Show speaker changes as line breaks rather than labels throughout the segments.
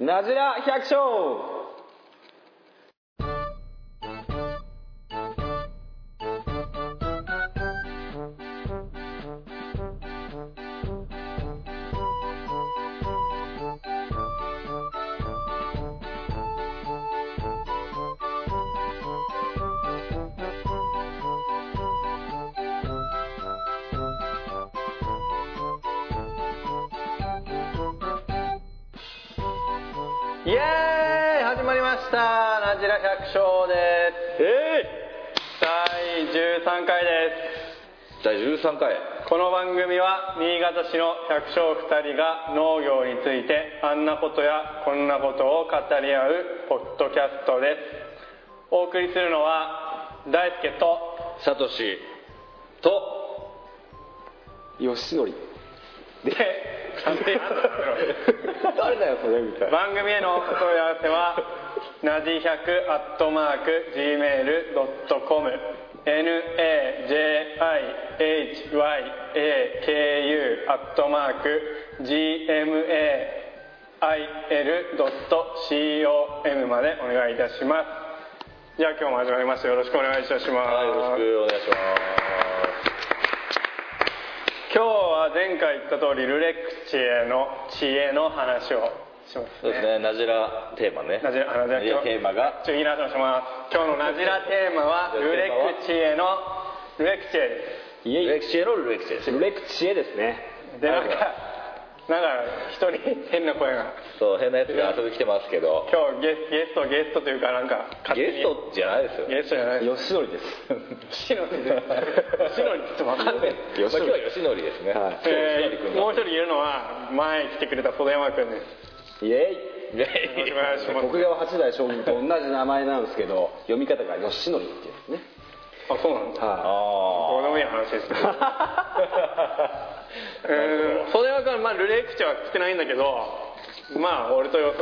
なじら百姓イエーイ始まりましたなじら百姓です第13回です
第13回
この番組は新潟市の百姓2人が農業についてあんなことやこんなことを語り合うポッドキャストですお送りするのは大輔と
サトシと
吉 典
で勝手に判断しろ
誰だよそれみたいな
番組へのお問い合わせはなじ100アットマーク Gmail.com najihyaku アットマーク gmail.com までお願いいたしますじゃあ今日も始まりましたよろしくお願いいたします、
はいよろしくお願いしま
今日は前回言った通りルレックス知恵の知恵の話をします
すそうですねなじらテーマね
ナジラあのじゃあ
なじらテーマが
ちょっと言い直します今日のナジラテーマはルレクチエのルレクチエ
イ
ル
エ
レ
イ
クチエのルレクチエです
ルレクチエですね
ですでなんかなんか一人変な声が
そう変なやつが遊びに来てますけど
今日ゲスゲストゲストというかなんか勝手
ゲ
に
ストじゃないですよ
ゲストじゃない
吉典です
吉野です吉野にちょっと分かんな
ま
い
あ今日は吉典ですね
はい
吉
え
典
ー、もう
君
一人いるのは前来てくれた小山君です
イエ
が
よろしくお願いし
イ
ます
徳川八代将軍と同じ名前なんですけど読み方が吉典っていうんですね
あそうなんだ
は
どう
あ
でもいい話ですねうん袖山君はまあルレクチャーは来てないんだけどまあ俺とよ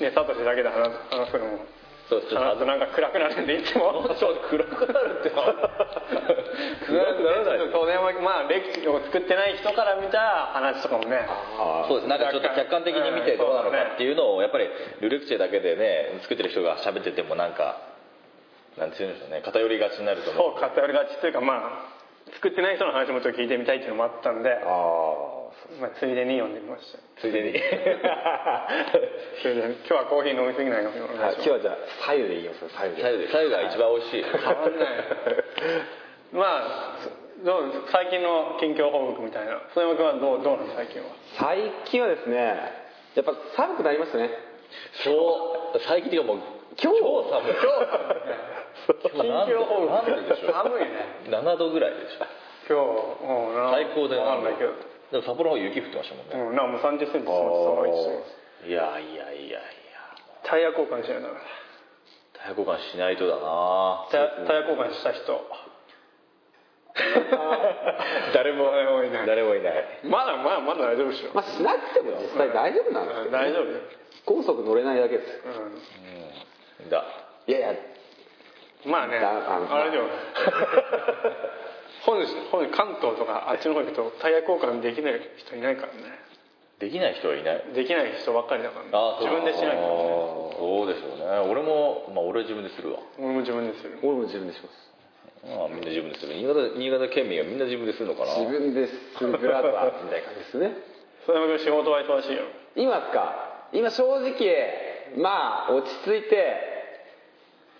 ねサトシだけで話す話すのも
あそうちょっと
話すとなんか暗くなるんでいつも
ちょっと暗くなるって暗くならないです
袖山君まあレクチャーを作ってない人から見た話とかもね
い
そうですなんかちょっと客観的に見てどうなのかっていうのをやっぱりルレクチェだけでね作ってる人が喋っててもなんかなんて言うんでしょうね偏りがちになると思う
そう偏りがちというかまあ作ってない人の話もちょっと聞いてみたいっていうのもあったんで、
ああ
まあ、ついでに読んでみま した
ついでに
それで今日はコーヒー飲みすぎないようにお願
はいい
します
今日はじゃあ左右で言います左右で
左右左右が一番美味しい
変わんないまあそどうです最近の近況報告みたいな曽山君はどうどうなの最近は
最近はですねやっぱ寒くなりましたね
そう最近っていうかもう今日寒い今日なんでなんででしょう
寒いね
7度ぐらいでしょ
今日もうな
最高だよ
わかんないけど
でも札幌の方雪降ってましたもんね、
うんなんかもう3 0センチ積もってたわ一緒
いやいやいやいや
タイヤ交換しないとダメ
タイヤ交換しないとだな
だタイヤタイヤ交換した人
誰も
誰もいない
誰もいない
まだまだまだ大丈夫でしょ
まあしなくても実際大丈夫なんです
う
よ
ん大丈夫よ
高速乗れないだけです
だ
いやいや
うんまあね
だあの
あれでも 本本関東とかあっちの方行くとタイヤ交換できない人いないからね
できない人はいない
できない人ばっかりだからね
ああ
自分でしないからね
そうでしょうね俺もまあ俺は自分でするわ、
俺も自分でする
俺も自分でしま
まあ、みんな自分でする新潟新潟県民はみんな自分でするのかな
す自分でするブラザーみたいな感じですね
それも仕事は忙しいよ
今っすか今正直まあ落ち着いて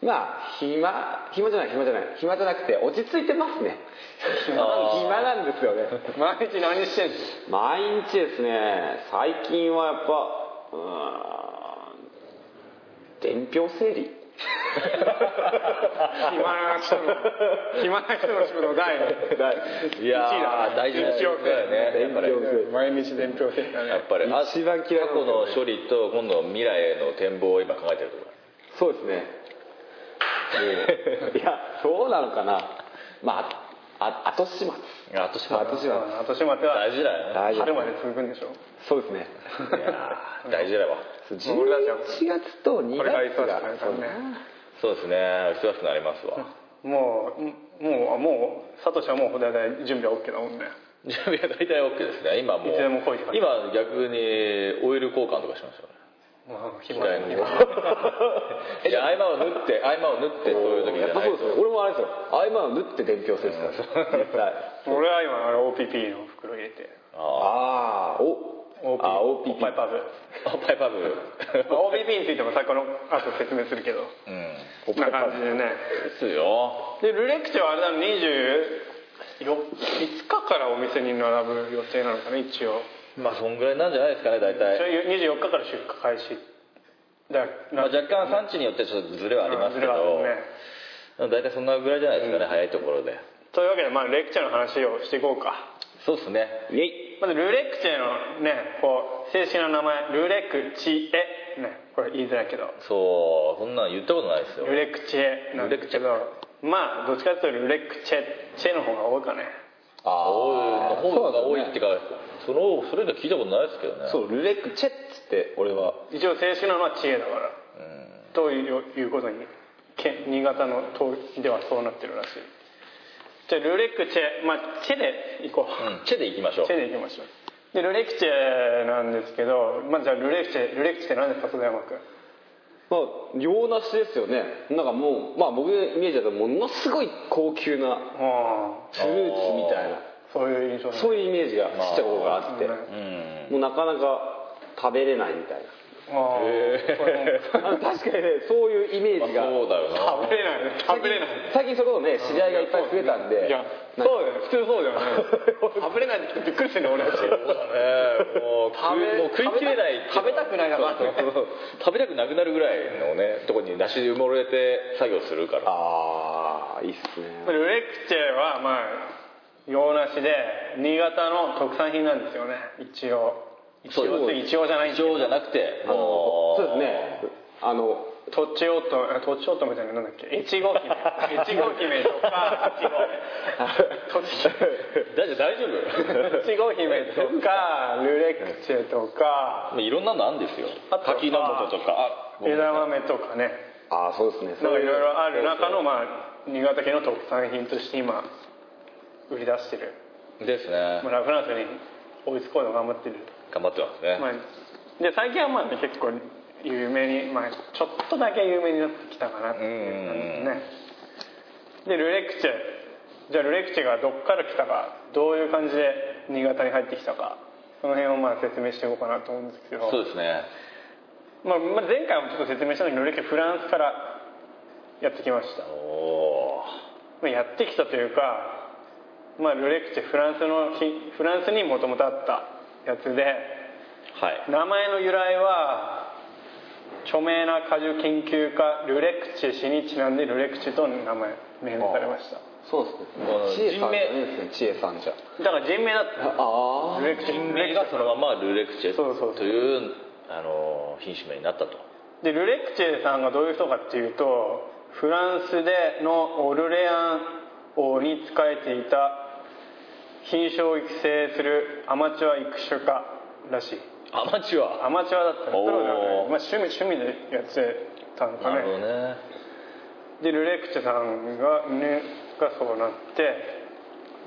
まあ暇暇じゃない暇じゃない暇じゃなくて落ち着いてますね 暇
あー
なんですよね
毎日何してんの
毎日ですね最近はやっぱうーん伝票整理
暇な人の暇な人の仕事 第
いやー大事な仕事だよねやっぱり
伝票整理
毎日伝票制だ
や
ね
っぱりあ
一番嫌いな
過去の処理と今度の未来への展望を今考えてるところ
そうですねいやそうなのかなまああ後始末
あとしま
後始末
後始末は
大事だよね
大事
春まで続くんでしょ
そうですね
いやー大事だわ
もう俺たち
11月と2
これ
月
から忙しくな
が
るからね
そうですね忙しくな りますわ
もうもうもうサトシはもうほだい準備は OK だもんね
準備は大体 OK ですね今もう
いつでも来いって感じ
今逆にオイル交換とかしますよね
まあ
機
暇
械にいや合間を縫って合間を縫ってそういう時じ
や
ゃ
っぱ
ない
そうですよ俺もあれですよ合間を縫って伝票するんですから絶対
俺は今あれ OPP の袋入れて
あ
ああおあ OPP
おっぱいパブ
あおっぱいパブ
まあ OPP についても先ほど後説明するけど
うん
こんな感じでね
ですよ
でルレクチェはあれだの24 5日からお店に並ぶ予定なのかな一応
まあそんぐらいなんじゃないですかね大
そ
体、
れ24日から出荷開始だ
まあ、
な
若干産地によってちょっとズレはありますけど、
うんずれはあるね
うん大体そんなぐらいじゃないですかね、早いところで
というわけでまあレクチェの話をしていこうか
そうですね
イェイ
まずルレクチェのねこう正式な名前ルレクチエねこれ言いづらいけど
そうそんなん言ったことないですよ
ルレクチェなんですけどまあどっちかというとルレクチェチェの方が多いかね
ああ
多いの方が多いっていうかそのそれ以外聞いたことないですけどね
そうルレックチェッつって俺は
一応正式なのはチエだからといういうことにけ新潟の東ではそうなってるらしいじゃあルレクチェまあチェで行こう、
うんチェで行きましょう
チェで行きましょうでルレクチェなんですけどまずじゃあルレクチェルレクチェって何ですか袖山君
まあ洋梨ですよねなんかもうまあ僕のイメージだとものすごい高級な
ああ
フルーツみたいな
そういう印象
そ
う
ういうイメージがちっちゃい頃からあって
うん
うん
もうなかなか食べれないみたい
ああ
へ
なあの確かにねそういうイメージが
まあそうだよな
食べれないね食べれない
最近それこそね知り合いがいっぱい増えたんで
いやそうだよね普通そうだよね食べれないってびっくりしてんだよ俺た
そう
ち
だねもう食いもう
べ
食いきれない
食べたくないな
そうそうそう食べたくなくなるぐらいのねとこに梨埋もれて作業するから
ああいいっすね
ルレクチェはまあ洋梨で新潟の特産品なんですよね一応一
そう
応って一応じゃないんです
一
けど
応じゃなくて
あの
も
そうですねあ の
とちおとあとちおとみたいななんだっけ越後姫越後姫とかいちごとち
大丈夫大丈 夫
越後姫とかルレクチェとか
まあいろんなのあるんですよ
あと
柿の素とかあごめん
枝豆とかね
ああそうですね
なんかいろいろある中のまあ新潟県の特産品として今売り出してる
ですね
まあラフランスに追いつこうと頑張ってる
頑張ってますね、
まあ、で最近はまあね結構有名に、まあ、ちょっとだけ有名になってきたかなっていう感じですねでルレクチェじゃあルレクチェがどっから来たかどういう感じで新潟に入ってきたかその辺をまあ説明していこうかなと思うんですけど
そうですね
まあ、まあ前回もちょっと説明したんだけどルレクチェフランスからやってきました、
おお
まあ、やってきたというか、まあ、ルレクチェフランスのひフランスにもともとあったやつ
ー
で
はい
名前の由来は著名な果樹研究家ルレクチェ氏にちなんでルレクチェと名前命名されました
そうです
あ
ね知恵さんじゃないです
だ
ね知恵さんじゃ
から人名だっ
あ
た
あ
ルレクチェ
品名がそのままルレクチェ
そうそうそう
というあの品種名になったと
でルレクチェさんがどういう人かっていうとフランスでのオルレアン王に仕えていた品種を育成するアマチュア育種家らしい
アマチュア
アマチュアだった
お
の
ー
プロではない、まあ、趣味趣味でやってたのか
な
ね
るほどね
でルレクチェさんが,、ね、がそうなって、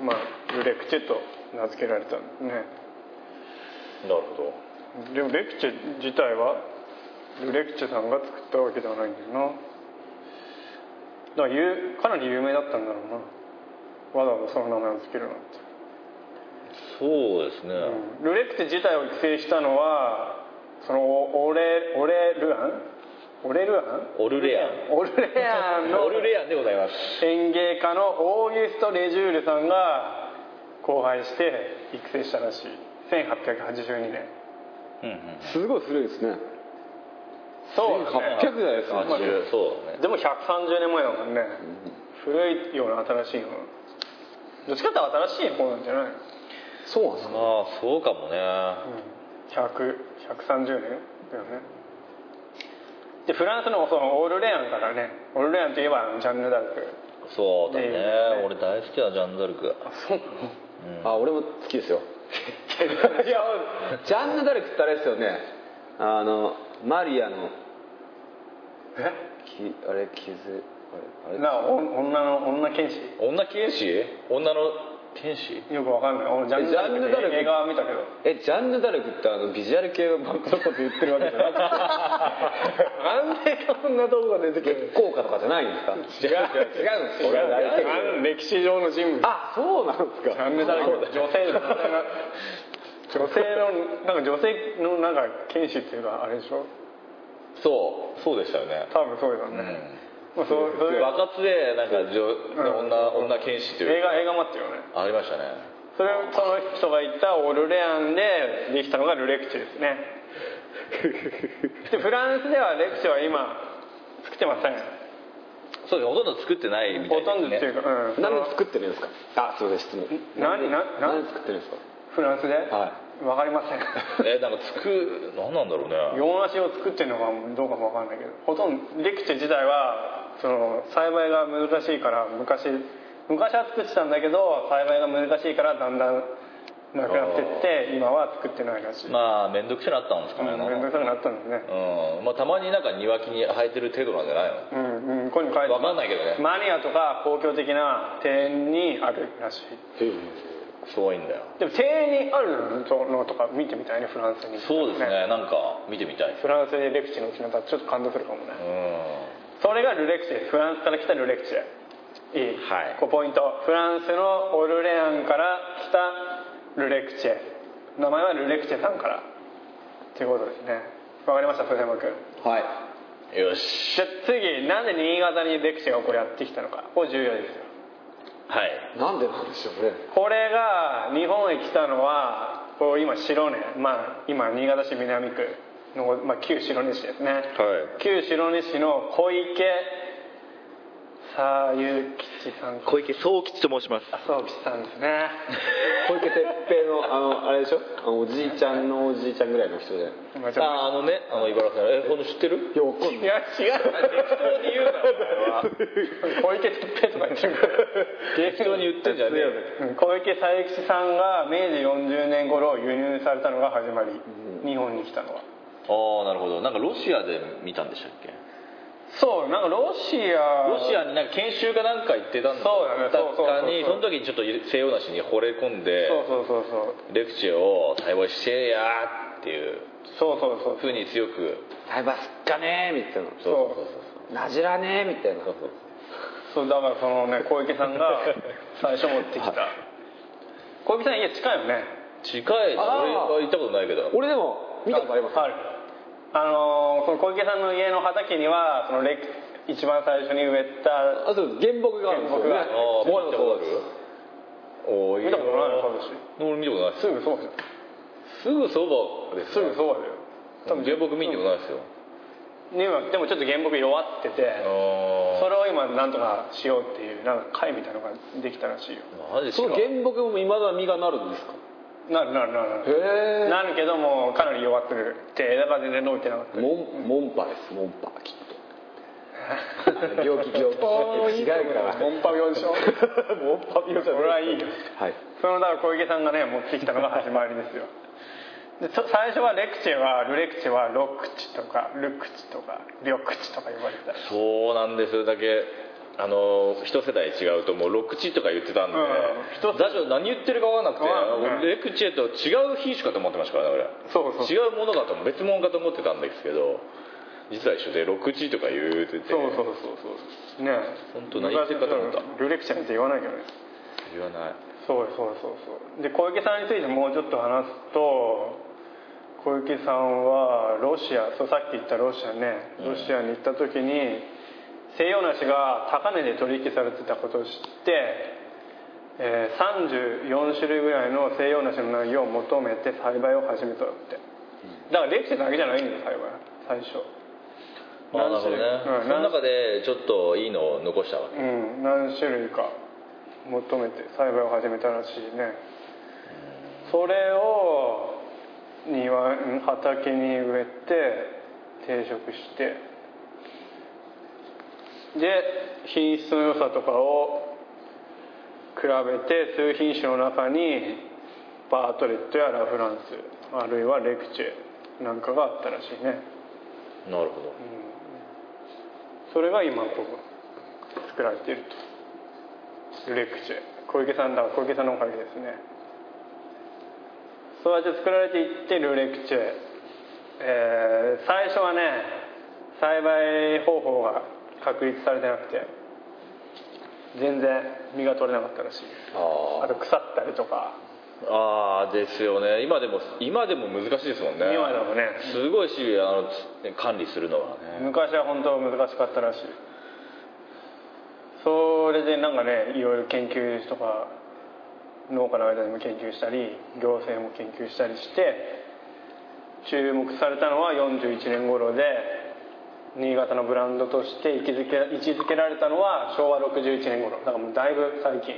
まあ、ルレクチェと名付けられたんね
なるほど
でもレクチェ自体はルレクチェさんが作ったわけではないんだよなだから有かなり有名だったんだろうなわざわざその名前を付けるなんて、
そうですね、
うんルレクチェ自体を育成したのはそのオオレオレルアンオレルアン
オルレアン
オルレアンの
オルレアンでございます
園芸家のオーギュスト・レジュールさんが交配して育成したらしい1882年
うんうん
すごい古いですね
そうだね
800じゃないですか
80そうだね
でも130年前だもんね、古いような新しいのどっちかっていうと新しい方なんじゃないの
そうなんです
ま
か
あそうかもね
100130年だよねでフランスのそのオールレアンからねオールレアンといえばあのジャンヌ・ダルク
そうだね
ねえ
俺大好きだジャンヌダルク
あそう
あ俺も好きですよ
なのいや
ジャンヌ・ダルクってあれですよねあのマリアのきあれ傷あれあれ
なお女の女剣士
女剣士女の天使
よくわかんない俺ジャンヌ・ダルクっ
ジャンヌダルク
て映画は見たけど
えジャンヌ・ダルクってあのビジュアル系のバンクのこと言ってるわけじゃなく
なんでそんなとこが出てくる
て結構かとかじゃないんですか
違う違う
違うんで
歴
す俺は大丈夫
史上の人物
あそうなんです
ジャ
か
ンヌ・ダルク女性の女性のなんか女性のなんか剣士っていうかあれでしょ
そうそうでしたよね
多分そうだよ
う
ね、
ん
まあ、そうそういう
若津でなんか女、女女剣士とい
映
う
画映画もあったよね
ありましたね
それその人が行ったオルレアンでできたのがルレクチェですねでフランスではレクチェは今作ってません
そうですほとんど作ってないみた
ほ
いですね
とんどっていうか、うん、
何で作ってるんですかあすいません質問
何何
何
何
で作ってるんですか
フランスで
は
わかりません
えなんか作何なんだろうね
洋梨を作ってるのかどうかもわかんないけどほとんどレクチェ自体はその栽培が難しいから昔昔は作ってたんだけど栽培が難しいからだんだんなくなってって今は作ってないらしい、
まあ面倒くさくなったんですかね、
うん面倒くさくなったんですね
うんまあたまになんか庭木に生えてる程度なんじゃないの
うんうんここに書いて
わかんないけどね
マニアとか公共的な庭園にあるらしい
いへえ
すごいんだよ
でも庭園にあるのとか見てみたいねフランスに
そうですねなんか見てみたい
フランスでレクチェの木のたちょっと感動するかも
うん
ね
は
それがルレクチェフランスから来たルレクチェいい、
はい
ここポイントフランスのオルレアンから来たルレクチェ名前はルレクチェさんからっていうことですねわかりました風間君
はい
よし
じゃあ次なぜ新潟にレクチェがこれやってきたのかこれ重要ですよ
はい
なんでなんでしょうね
これが日本へ来たのはこう今白根まあ今新潟市南区の、まあ、旧白根市ですね、
はい
旧白根市の小池さあゆきちさん
小池宗吉と申します
あそうきちさんですね
小池徹平のあのあれでしょあのおじいちゃんのおじいちゃんぐらいの人じゃない
まあち
あ
ょっ
あのねあの茨城さんえこの知ってる
いやわかん
と
ない
いや違う小池徹平とか言ってるから
適当に言ってんじゃねえよ
うん 小池佐伯さんが明治40年頃輸入されたのが始まり、日本に来たのは
ああなるほどなんかロシアで見たんでしたっけ
そうなんかロシア
ロシアになんか研修かなんか行ってたんだ
そうだねそうそうそう
かにその時にちょっと西洋梨に惚れ込んで
そうそうそうそう
レクチェを栽培してやーっていう
そうそうそう
ふうに強く
台場すっかねーみたい
そう
ななじらねーみたいな
そうそうそう
そうだからそのね小池さんが最初持って きた小池さん家近いよね
近い
あー
俺は行ったことないけど
俺でも見たことあります
あるあのーその小池さんの家の畑にはそのレク一番最初に植えた
あそう原木があるんですよね
原木
ああ見
僕の
たことあるおーいい
見たことないの
な俺見たことないです
すぐそうじゃん
すぐそばです
すぐそばだよ
多分原木見に行ってことないですよ
でもでもちょっと原木弱ってて
あ
それを今なんとかしようっていうなんか会みたいなのができたらしいよ
あマジです
そ
か
の原木もいまだ実がなるんですか
なるなるなる
へ
なるけどもかなり弱ってるって枝が全然伸びてなかった
モンモンパですモンパきっ と病気病気違うから
モンパ病 でしょ
モンパ病じゃ
俺はいいよ
はい
そのだから小池さんがね持ってきたのが始まりですよでそ最初はレクチェはルレクチェはロクチとかルクチとかリョクチとか呼ばれてた
そうなんですだけあの一世代違うともうロクチとか言ってたんで、
うん一世
ダジョ何言ってるか分かんなくて、
うん
レクチェと違う品種かと思ってましたからね俺
そうそう
違うものだと思う別物かと思ってたんですけど実は一緒でロクチとか言うてて
そうそうそうそうねえ
本当何言ってるかと思った
ルレクチェなんて言わないけどね
言わない
そうそうそうそうで小池さんについてもうちょっと話すと小池さんはロシアそうさっき言ったロシアねロシアに行った時に西洋梨が高値で取引されてたことを知って、えー34種類ぐらいの西洋梨の内容を求めて栽培を始めたってだからレクチェだけじゃないんだよ栽培最初
あなるほどね、
う
そ
ん
の中でちょっといいのを残したわけ
うん何種類か求めて栽培を始めたらしいねそれを庭ん畑に植えて定食してで品質の良さとかを比べて数品種の中にバートレットやラ・フランスあるいはレクチェなんかがあったらしいね
なるほど
それが今ここ作られているとルレクチェ小池さんだ小池さんのおかげですねそうやって作られていってルレクチュえー、最初はね栽培方法が確立されてなくて全然実が取れなかったらしいあと
あ
腐ったりとか
ああーですよね今でも今でも難しいですもんね
今でもね
すごいしあのつ管理するのはね
昔は本当難しかったらしいそれでなんかねいろいろ研究とか農家の間でも研究したり行政も研究したりして注目されたのは41年頃で新潟のブランドとして位置づけ位置づけられたのは昭和61年頃だからもうだいぶ最近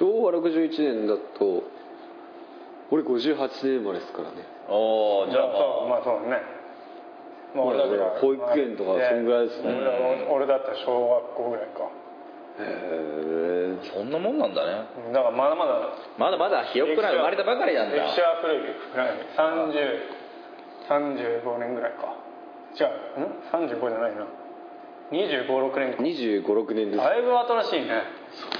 昭和61年だと俺58年生まれですからね
おおじゃあま
そうまあそうね、まあ、俺だけが
保育園とか
ね
そんぐらいですね
俺ら俺だったら小学校ぐらいか
へ
あそんなもんなんだね
うんだからまだまだ
まだまだひよっこな生まれたばかりなんだ
歴史は古いぐらい3035年ぐらいか違ううん35じゃないな2526年か
2 5 6年です
だいぶ新しいね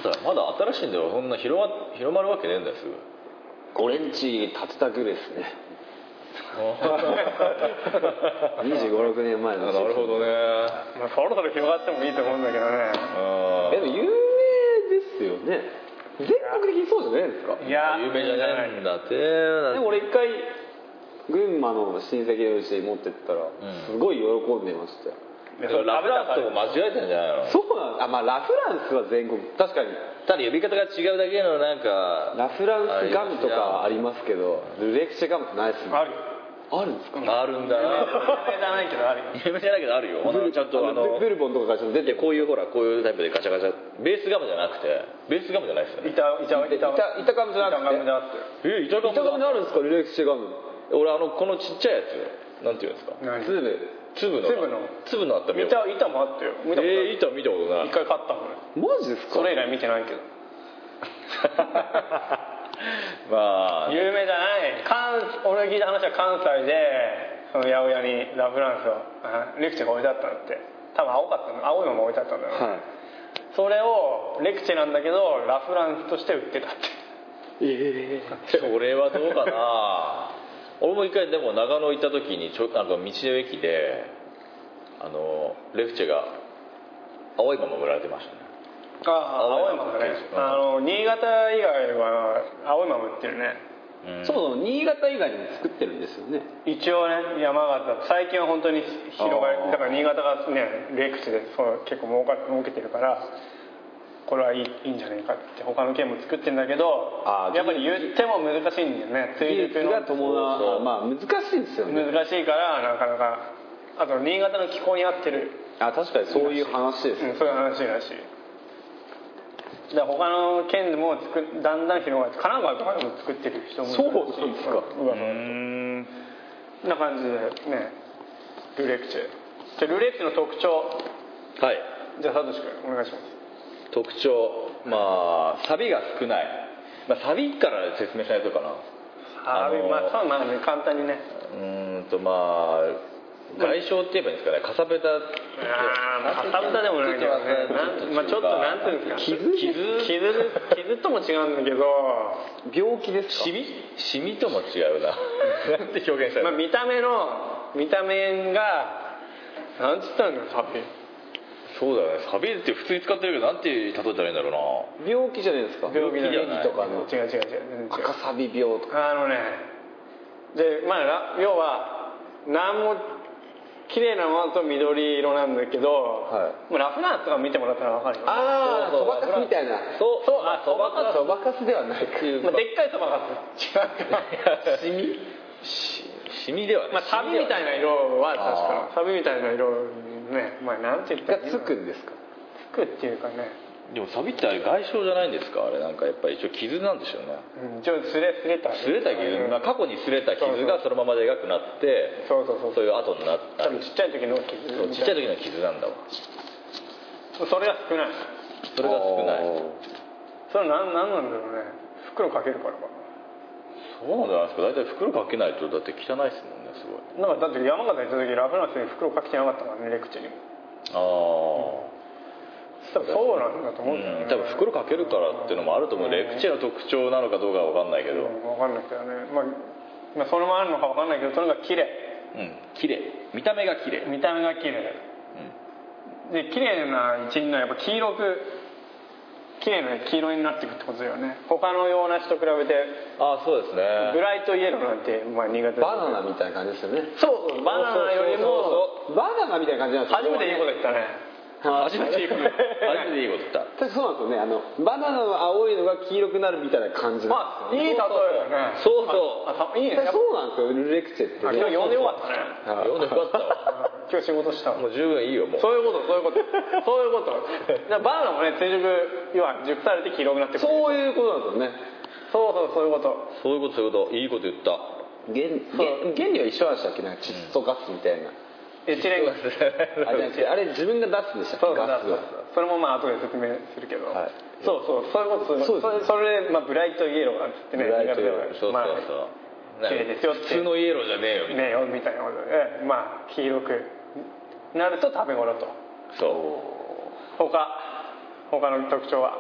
そうだまだ新しいんだよそんな広ま広まるわけねえんだよすぐ
俺んち建てたぐらいです ね2 5 6年前の
なるほどね
まあそろそろ広がってもいいと思うんだけどね
でも有名ですよね全国的にそうじゃないですか
いや
有名じゃないんだって
でも俺一回群馬の親戚のうちに持ってったら
ん
すごい喜んでましたよ、
いやそれ
ラフランスと
食べたか
間違えたんじゃないの
そうなんあまあラフランスは全国確かに
ただ呼び方が違うだけのなんか
ラフランスガムとかありますけどルレクチェガムってないですね
らある
あるんですか
あるんだな
有名じゃないけどあるよ
有名じゃないけどあるよあ のちゃんとあの
ブルボンとかからちょっと出
で
て
こういうほらこういうタイプでガチャガチャベースガムじゃなくてベースガムじゃないですよね
板板板
板板ガムじゃな
板
くて
ガムだって
え板ガ
板ガ
ム
ムで
だ
あるんですかルレクチェガム
俺あのこのちっちゃいやつなんていうんですか
何
粒
粒の
粒の
粒のあった見よう
板板もあったよ見たことあ
えー
る
板見たことない
一回買ったもん俺
マジですか
それ以来見てないけど
まあ
有名じゃない関俺が聞いた話は関西でその八百屋にラ・フランスをあレクチェが置いてあったのって多分青かったの青いまま置いてあったんだよ、
は
それをレクチェなんだけどラ・フランスとして売ってたって
いえ
それはどうかな俺も一回でも長野行った時にちょなんか道の駅であのレフチェが青いまま売られてましたね
ああ青いままね、
うん
あの新潟以外は青いまま売ってるね
うん
そもそも新潟以外にも作ってるんですよね
一応ね山形最近は本当に広が
あ
り
ー
だから新潟がねレクチェでそう結構儲か儲けてるからこれはいいいいんじゃないかって他の県も作ってんだけど
あー
やっぱり言っても難しいんだよね
技
追
術
熟の
が伴
そうそうう
まあ難しいですよね
難しいからなかなかあと新潟の気候に合ってる、
あ確かにそういう話です
うん、そういう話らしいだから他の県でも作っだんだん広がって神奈川とかでも作ってる人もいるし
そうなんですか
うん噂
うーん
そんな感じでねルレクチェじゃあルレクチェの特徴
はい
じゃあサトシ君お願いします
特徴まあサビが少ない、まあ、サビから説明しないとかな
あ
あのー
まあそうまあね簡単にね
うーんとまあ外傷って言えばいいんですかねかさぶた
ああかさぶたでもないけどねなんまあちょっとなんていうんですか
傷
傷傷傷とも違うんだけど
病気です
シミシミとも違うな なんて表現した
まあ、
らいい
見た目の見た目がなんつったんだよサビ
そうだよねサビって普通に使ってるけどなんて例えたらいいんだろうな
病気じゃないですか
病気じゃない
ネギとかの
違う違う違う全然違う
赤サビ病とか
あのねでまあら要は何も綺麗なものと緑色なんだけど、
は
もうラフランスとか見てもらったら分かるよ
ああそばかすみたいな
そう
そう
まあそばか
そばかすではないか
す
まあ、でっかいそばが違うから
シミ
しシミではね
まあサビみたいな色は
あ
確かサビみたいな色ねまあなんて言った
が
らいい
つ
の
くんですか
つくっていうかね、
でもサビってあれ外傷じゃないんですかあれなんかやっぱり一応傷なんでしょうね
うん、ちょっとすれすれた
擦れた傷、まあ、過去に擦れた傷がそのままでかくなって
そうそうそう
そういう跡になった
多分ちっちゃい時の傷みた
そうちっちゃい時の傷なんだわ
それが少ない
それが少ない
それなんなんなんだろうね袋かけるからか
そうなんじゃないですか大体袋かけないとだって汚いですもんねすごい
ななんかだって山形行った時ラフランスに袋かけてなかったからねレクチェにも
ああ、
多分そうなんだと思
う
うんだよね、
ん、多分袋かけるからっていうのもあると思う、レクチェの特徴なのかどうかは分かんないけど、
分かんないけどね、まあ、まあそれもあるのか分かんないけどとにかく綺麗
うん綺麗見た目が綺麗、うん
見た目が綺麗で綺麗な一輪のやっぱ黄色く綺麗な黄色になっていくってことだよね他の洋梨と比べて
ああそうですね
ブライトイエローなんて、まあ、苦手
バナナみたいな感じですよね
そうそうバナナよりも
バナナみたいな感じなんです
初めていいこと言ったね
はい
初めていいこと 初めていいこと言った
確かそうなんですよねあのバナナの青いのが黄色くなるみたいな感じ
ま
なん
あいい
ですよね
例えだ ね
そうそう
ああたいいね
確かそうなんですよルレクチェって
あ今日
ね
呼んでよかったね
はい
読んでよかったわ
今日仕事した
もう十分いいよもう
そういうことそういうことそういうことだからバナナもね追熟要は熟されて黄色くなってくる
そういうことなんですよね
そうそうそういうこと
そういうことそういうこといいこと言った
原原原理は一緒なんでしたっけなんか窒素ガスみたいな、
エチレンガス
あれあれ自分が出すんでしたっ
そ
け
うそう
ガスは
それもまあ後で説明するけど、
はい
そうそうそういうことそういうことそれそれで、まあ、ブライトイエローなんつってね
ブライトイエロー
苦手
そうそうそう、
だからまあ
ね
綺麗ですよって
普通のイエローじゃねえよみたいな、
ねよみたいなことで、ええまあ黄色くなると食べ頃と
そう
他他の特徴は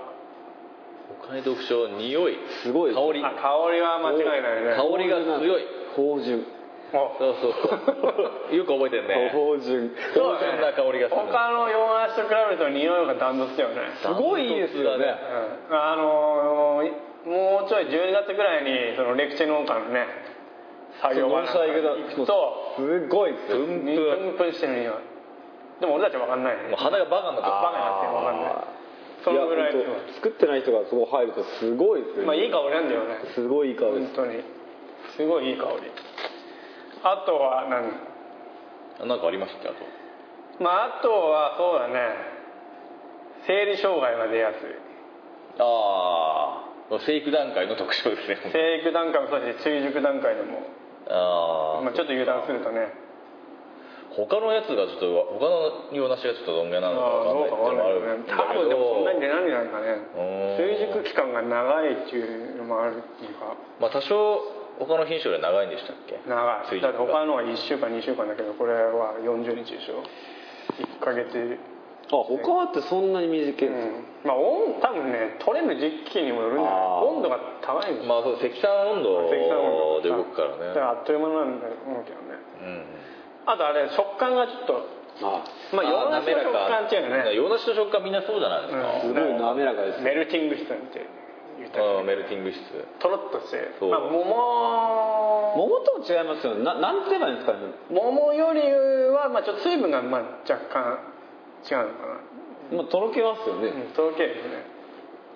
他に特徴匂い
すごい
香り
あ香りは間違いないね
香りが強い
芳醇
お
そうそう そうよく覚えてんね
芳醇
そう
芳
だ
醇な香りがする
他の洋梨と比べると匂いが断トツだよね
すごいいいですよね
うんあのーもうちょい12月ぐらいにそのレクチェ農家のね作業場なんかに行くと
すごい
プンプ
プ
ン
ンプンしてる匂いでも俺たちは分かんない
もう鼻がバカになってる
バカになってる分かんないそのぐらい
や本当作ってない人がそこ入るとすごいですよね
まあいい香りなんだよね
すごいいい香りで
本当にすごいいい香りあとは何
なんかありましたっけあと
まああとはそうだね生理障害が出やすい
ああ生育段階の特徴ですね
生育段階もそうだし追熟段階でも、
ああ、
まあ、ちょっと油断するとね
他のやつがちょっと他の洋梨がちょっとどんぐらいなのかわかんないっていうのもある
多分でもそんなに出ないんじゃないかね
う
追
ん
熟期間が長いっていうのもあるっていうか
まあ多少他の品種より長いんでしたっけ
長
追熟
いだっ
が
て他のは1週間2週間だけどこれは40日でしょ1ヶ月
あ他はってそんなに短いんです
う
か、
んまあ温多分ね取れる時期にもよるんじゃない
あー
温度が高いんですよ
まあそう積算温度
積算温度
で動くからね
だからあっという間なんだと思うけどね
うん
あとあれ食感がちょっと
あ
まあ洋梨の食感っていうのはね
洋梨の食感みんなそうじゃないです
うん
か、
すごい滑らかです
メルティング質なんて言った
うん、メルティング質
とろっとして
そう
まあ桃
桃とも違いますよねななんて言えばいいんですかね
桃よりは、まあ、ちょっと水分が、まあ、若干違うのか
もうとろけますよね、
な、うん、とろけるよね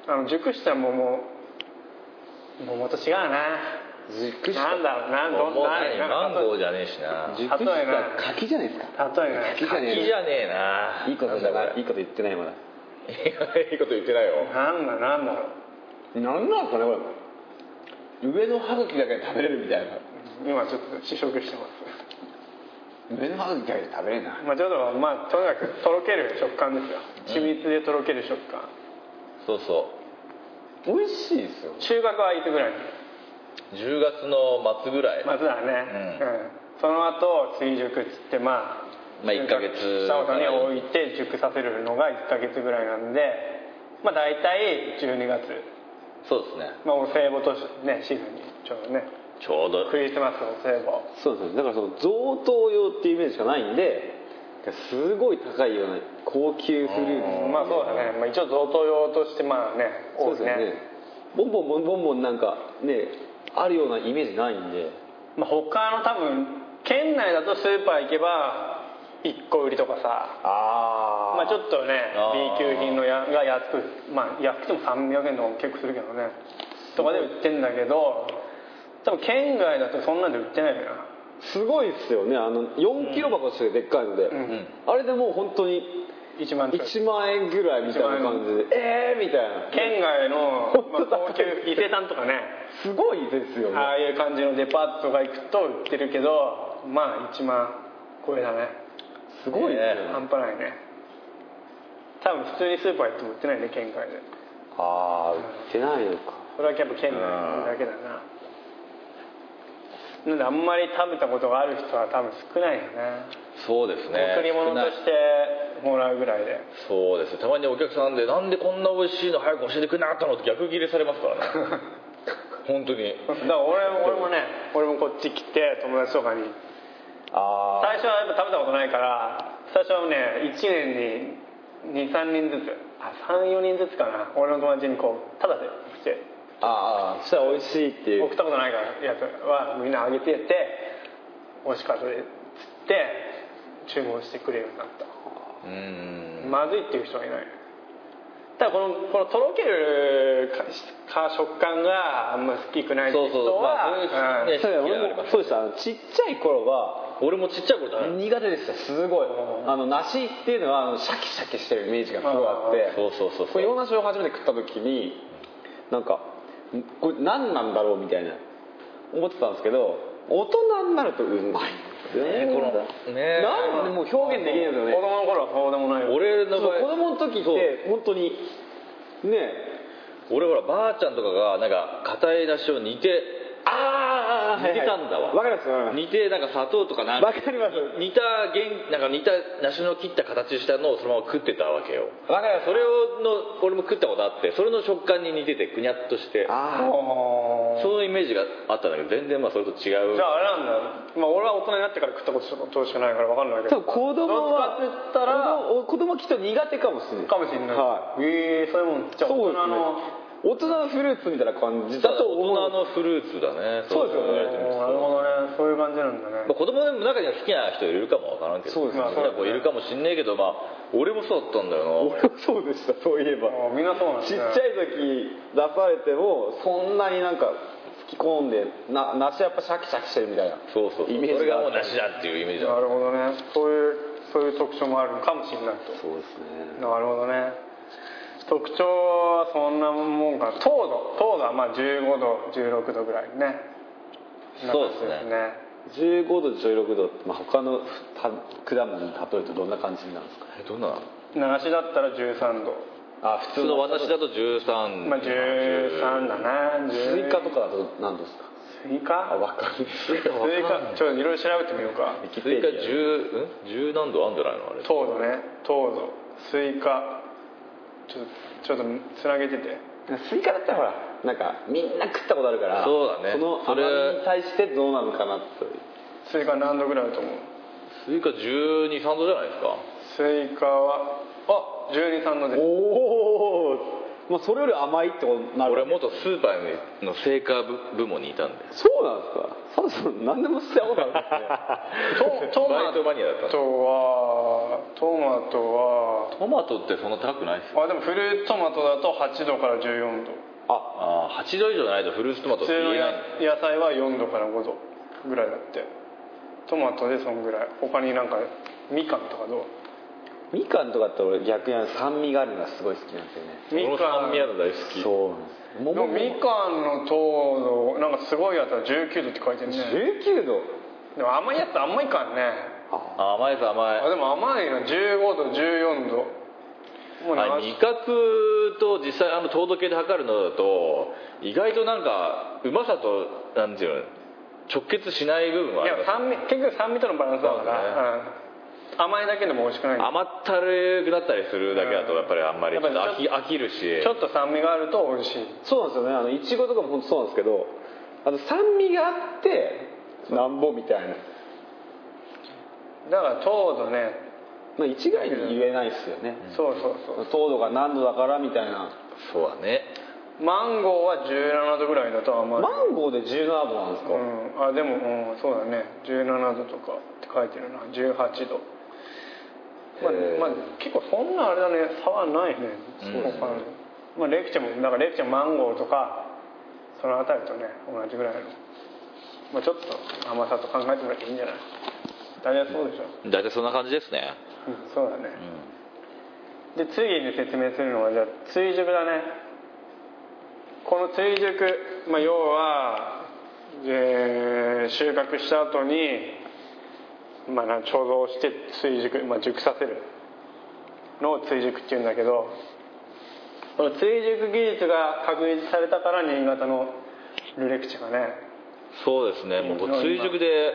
あの熟した桃桃と違うな
熟した
なんだろうなどん
桃
な
何
な
マ
ん
ン
か
ゴーじゃねえしな
熟し
例えば
た柿じゃないですか
例えない
柿じゃね
柿じゃねえない
い
い
いことじゃないいい
い
こと言ってないまだ
いこと言ってないよ
なんだなんだろう
なんなんですかねこれ上の歯茎だけで食べれるみたいな
今ちょっと試食してます
上の歯茎だけで食べれるな
まあちょっとまあとにかくとろける食感ですよ緻密でとろける食感
そうそ
美味しいですよ
収穫はいつぐらいに
う10月の末ぐらい
まずはね、うんその後追熟っつってまあ
まあ1ヶ月
下をに置いて熟させるのが1ヶ月ぐらいなんでまあ大体12月、
そうですね
まあ、お歳暮としねシーズンにちょうどね
ちょうど
クリスマスお歳暮
そうですねだからその贈答用っていうイメージしかないんですごい高いような高級フルーツ
まあそうだね、まあ、一応贈答用としてまあね
そ
多
うで
い
すよねボンボンボンボンボンなんかねあるようなイメージないんで
まあ、他の多分県内だとスーパー行けば1個売りとかさ
あ
まあちょっとね
あー
B 級品のやが安くまあ安くても300円とかも結構するけどねとかで売ってんだけど多分県外だとそんなんで売ってないよな
すごいですよねあの4キロ箱してでっかいので、
ん
あれでもう本当に
1万近く
1万円ぐらいみたいな感じでええー、みたいな
県外の、ま
本当だ
あ、高級伊勢丹とかね
すごいですよね
ああいう感じのデパートが行くと売ってるけどまあ1万超えだね
すごいですよね
半端ないね多分普通にスーパー行っても売ってないね県外で
ああ売ってないのか
それはやっぱ県内だけだななんであんまり食べたことがある人は多分少ないよね
そうですね
贈り
少
物と
ない
してもらうぐらいで
そうですねたまにお客さんで「なんでこんな美味しいの早く教えてくれなかったの?」って逆ギレされますからね 本当に
だから俺俺もね俺もこっち来て友達とかに
あ
最初はやっぱ食べたことないから最初はね1年に23人ずつあ34人ずつかな俺の友達にこうただでして
あああそしたら美味しいっていう
送ったことないからやつはみんなあげてって美味しかったですっつって注文してくれるようになった
うーん
まずいっていう人はいないただこのこのとろけるかか食感があんま好きくないって
そう
人
そうま
は
あそういうね好き
うん
があります
そうでしたあのちっちゃい頃は
俺もちっちゃい頃だね
苦手でしたすごいあの梨っていうのはあのシャキシャキしてるイメージがすごいあって
そうそうそう
こ
そう
れ洋梨を初めて食った時になんかんこれ何なんだろうみたいな思ってたんですけど大人になるとうまいんですよね
ねこのね
なんでもう表現できないですよね
子供の頃はそうでもないよ
俺
そ
の
う
場
子
合
供の時って
そう
本当にね
俺ほらばあちゃんとかがなんか硬い出汁を煮て
あ
似てたんだわ
わかりますわかり
煮てなんか砂糖とかなん
ますわかります
煮た原なんか煮た梨の切った形したのをそのまま食ってたわけよ
わかります
それをの俺も食ったことあってそれの食感に似ててぐにゃっとして
ああ
あー
そのイメージがあったんだけど全然まあそれと違う
じゃああれなんだよ、まあ、俺は大人になってから食ったことしことしかないから分かんないけ
多
ど
分子供は
どっちかって言ったら
子供子供はきっと苦手かもしれない
かもしれない、
は
ええそういうもんじゃあ
そう
大
です
人
ね
の
大人のフルーツみたいな感じだと思う
大人のフルーツだね
そうですよ
言
ね
われてみると
なるほどねそういう感じなんだね
まあ、子供でも中には好きな人いるかもわからんけど
そうです
好
ね
きな子いるかもしんないけど、まあ、俺もそうだったんだよな
俺もそうでしたそういえば
あみんなそうなんだ、ね、
ちっちゃい時出されてもそんなになんか突き込んでな梨やっぱシャキシャキしてるみたいな
そうそうそう
イメージが
それがもう梨だっていうイメージだ
なるほどねそういうそういう特徴もあるのかもしれないと
そうですね
なるほどね特徴はそんなもんか糖度糖度はまあ15度16度ぐらいね
そうですね
なんか
15度16度って、まあ、他のた果物に例えるとどんな感じになるんですか
えどんな
梨だったら13度
あ
普通の私だと13
まあ13だな
ス
10
イカとかだと何ですか
スイカ
あわかんない
スイカ
スイカちょっといろいろ調べてみようか
ウィキ
スイ
ペ
カ
ディアで
10ん10何度あんじゃないのあれ
糖度ね糖度スイカちょっとちょっとつなげてて
スイカだったらほらなんかみんな食ったことあるから
そうだね
その
そ
甘
れ
みに対してどうなのかなという
スイカ何度ぐらいだと思う
スイカ123度じゃないですか
スイカはあ1 2 3度です
おお、まあ、それより甘いってことになる
俺元スーパーの製菓部部門にいたんで
そうなんですかそうそう何でもしたことあるんです
ト ト
バイトマニアだった
マトはトマトは
トマトってそんな高くないですよ
あでもフルーツトマトだと8度から14度
あ
ああ8度以上じゃないとフルーツトマト
普
って
通
言
の
え
や
ない
野菜は4度から5度ぐらいだってトマトでそんぐらい他になんかみかんとかどう
みかんとかって俺逆にあの酸味があるのがすごい好きなんですよね
み
俺も
か
酸
ん
味あるの大好き
そうなんです
でもみかんの糖度なんかすごいやつは19度って書いてるね
19度
でも甘いやつ甘いからね
あ
あ甘いです甘い
あでも甘いの15度14度もう
は、
ない
味覚と実際あの糖度計で測るのだと意外となんかうまさとなんていうの直結しない部分はいあ
や
ります
酸味結局酸味とのバランスだから、うん甘いだけでも美味しくないんだ
甘ったるくなったりするだけだと
うん
やっぱりあんまり
やっ
ちょ
ぱ
っ
り
と飽き飽きるし
ちょっと酸味があると美味しい
そうなんですよねあのいちごとかも本当そうなんですけどあの酸味があってなんぼみたいな
だから糖度ね
まあ一概に言えないですよね、
そうそうそう
糖度が何度だからみたいな
そうだね
マンゴーは17度ぐらいだと甘い、
マンゴーで17度なんですか、
うん、あでも、うん、そうだね17度とかって書いてるな18度ま
へー
あ、まあ、結構そんなあれだね差はないね
うん
他のまあ、レクチェもだからレクチェマンゴーとかその辺りとね同じぐらいの、まあ、ちょっと甘さと考えてもらっていいんじゃない大体そうでしょ、
大体そんな感じですね
うん、そうだね、で次に説明するのはじゃあ追熟だねこの追熟、まあ、要は、えー収穫した後にまあな貯蔵して追熟、まあ、熟させるのを追熟っていうんだけどこの追熟技術が確立されたから新潟のルレクチェがね
そうですねもうこう追熟で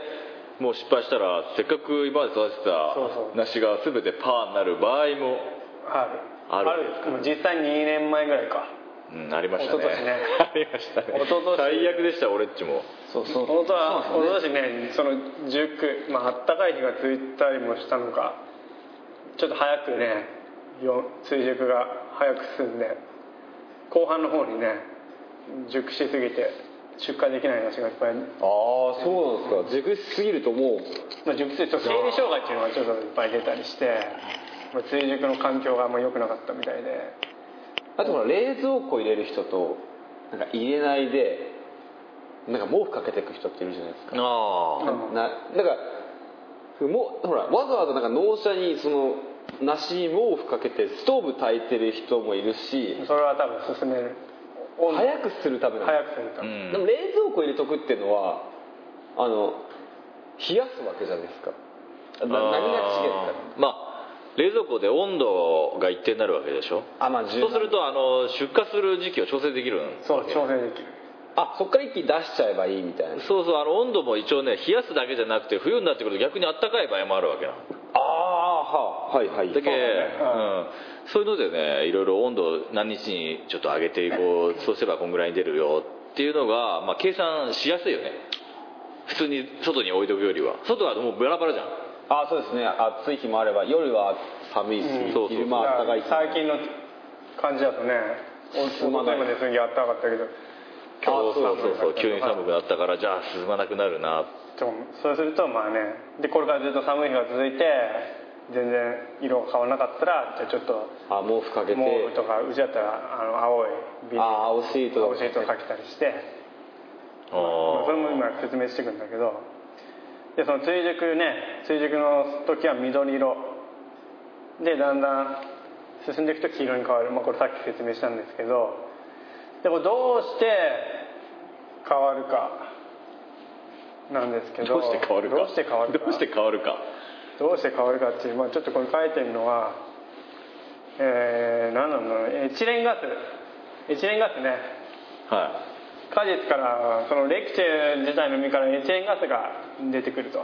もう失敗したらせっかく今まで育て
そうそう
た梨が全てパーになる場合も、
あ
あ
る
る
あるもう実際2年前ぐらいか
うん、ありましたね
一昨年ね
ありましたね
一昨年
最悪でした俺っちも
そうそう
本当は
そうなん
お
で
ととしねその塾まああったかい日が続いたりもしたのかちょっと早くねよ追熟が早く進んで後半の方にね熟しすぎて出荷できない梨がいっぱい、
ああそうなんですか熟しすぎるともう
まあ、熟成と生理障害っていうのがちょっといっぱい出たりして、まあ、追熟の環境があんま良くなかったみたいで
あとほら冷蔵庫入れる人となんか入れないでなんか毛布かけていく人っているじゃないですか
あ
うん
ななんかもうほらわざわざなんか納車にその梨に毛布かけてストーブ炊いてる人もいるし
それは多分進める温度
早くするためなの
早くするた
あう
め、
ん
でも冷蔵庫入れとくっていうのはあの冷やすわけじゃないですかな何が違うんで
あ
すか
ーまあ冷蔵庫で温度が一定になるわけでしょ
あまあ柔
そう
軟
するとあの出荷する時期を調整できるん
そう調整できる
あそっから一気に出しちゃえばいいみたいな
そうそうあの温度も一応ね冷やすだけじゃなくて冬になってくると逆にあったかい場合もあるわけなの
ああははいはい
だけ
そうなんだ
そう,、うん、そういうのでねいろいろ温度を何日にちょっと上げていこ うそうすればこんぐらいに出るよっていうのが、まあ、計算しやすいよね普通に外に置いとくよりは外だともうバラバラじゃん
あそうですね暑い日もあれば夜は寒いし、
うん
そうそう
昼間は暖かい日も
最近の感じだとね
進まない
おとといまですげえあったかかったけど
そうそう
寒くなった
そう急に寒くなったからじゃあ進まなくなるな
でもそうするとまあねでこれからずっと寒い日が続いて全然色が変わらなかったらじゃあちょっと
あ毛布かけて
毛布とかうちだったらあの青いビニ
ああ青シー
ール
ト
青シートをかけたりして、
あ
まあ
ー
それも今説明していくんだけどでその追熟ね追熟の時は緑色でだんだん進んでいくと黄色に変わる、まあ、これさっき説明したんですけどでもどうして変わるかなんですけど
どうして変わるか
どうして変わるか
どうして変わるか
どうして変わるかっていう、まあ、ちょっとこれ書いてるのは、えー、何なんだろうエチレンガスエチレンガスね
は
果実からそのレクチェ自体の実からエチレンガスが出てくると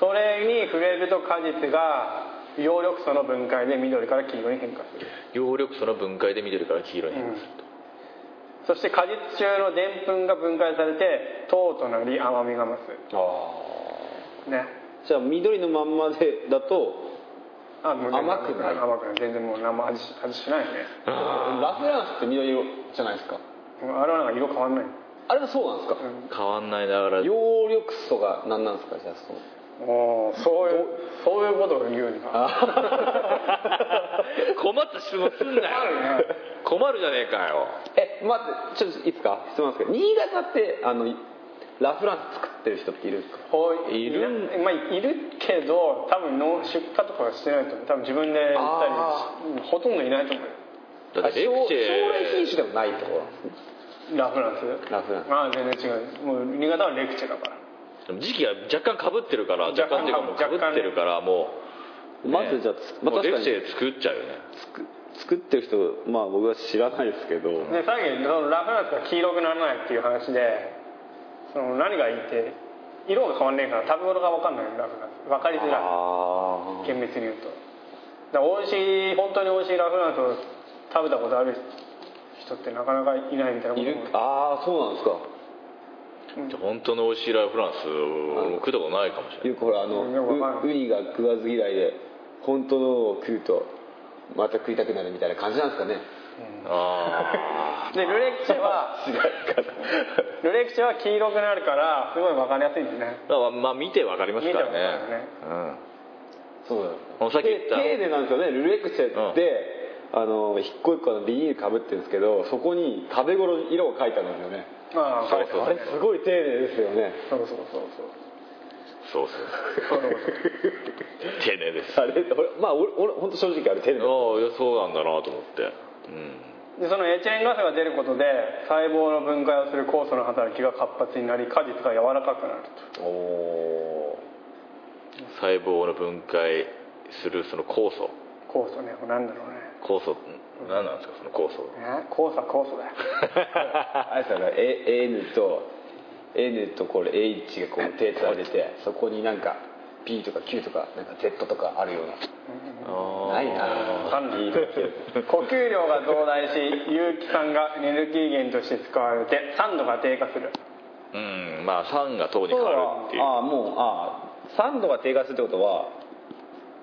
それに触れると果実が葉緑素の分解で緑から黄色に変化する
い葉緑素の分解で緑から黄色に変化する
そして果実中のでんぷんが分解されて糖となり甘みが増
あ
すね
あじゃあ緑のまんまでだと
あもう全然
甘くない
甘くない全然もう何も味し味しないね
ラフランスって緑色じゃないですか
あれはなんか色変わんない
あれはそうなんですか、
うん
変わんないながら
葉緑素が何なんですかじゃあその
おーそういうそういうことを言うにか
困った質問すんなよ
ね
困るじゃねえかよ
え待ってちょっといいですか質問なんですけど新潟ってあのラフランス作ってる人っているんですか
ほ
いる
なまあ、いるけど多分の出荷とかはしてないと思う多分自分で売ったりしほとんどいないと思うよ
だってレクチ
あ将将来
ェ
品種でもないってことなんですね
ラフランス
ラフランス
ああ全然違うもう新潟はレクチェだから
でも時期が若干かぶってるから
若
若干っ
干
ていうかもうかぶってるからもう、
まずじゃあつまあ
もう
確
レク
かに
チェ作っちゃうよね
作ってる人まあ僕は知らないですけど、
でさっきそのラフランスが黄色くならないっていう話でその何がいいって色が変わんねえから食べ頃が分かんないよラフランス分かりづらい
あ
厳密に言うとだから美味しい本当に美味しいラフランスを食べたことある人ってなかなかいないみたいなこと
い
も
るああそうなんですか
じゃあ本当の美味しいラフランスを食ったことないかもしれない
よくほらあ
うんよくわか
の
んな
ウウニが食わず嫌いで本当のを食うとまた食いたくなるみたいな感じなんですかね
あ
でルレクチェ はルレクチェは黄色くなるからすごい分かりやすいんですね
あだからまあ見てわかりますからね
見
そうだよ
このさっき言った
で丁寧なんですよねルレクチェって、あの一個一個のビニールかぶってるんですけどそこに食べ頃に色を描いたんですよね
ああ
そうそう
わ
あ
かり
れ
ます
ごい丁寧ですよね
そうそうそうそう
うんそうそう
そういうこと
丁寧です
あれ俺まあ俺俺本当正直あれ丁寧
ああいやそうなんだなと思ってうん
でそのエチレンガスが出ることで細胞の分解をする酵素の働きが活発になり果実が柔らかくなると
お細胞の分解するその酵素
酵素ねこれなんだろうね
酵素何なんですかその酵素
ね酵素は酵素だよ
あれですよね A- AN と N とこれ H がこう手つなげてそこになんか P とか Q とかなんか Z とかあるようなないな
管理呼吸量が増大し有機酸がエネルギー源として使われて酸度が低下する
うんまあ酸が糖に変わるっていう
ああもうああ酸度が低下するってことは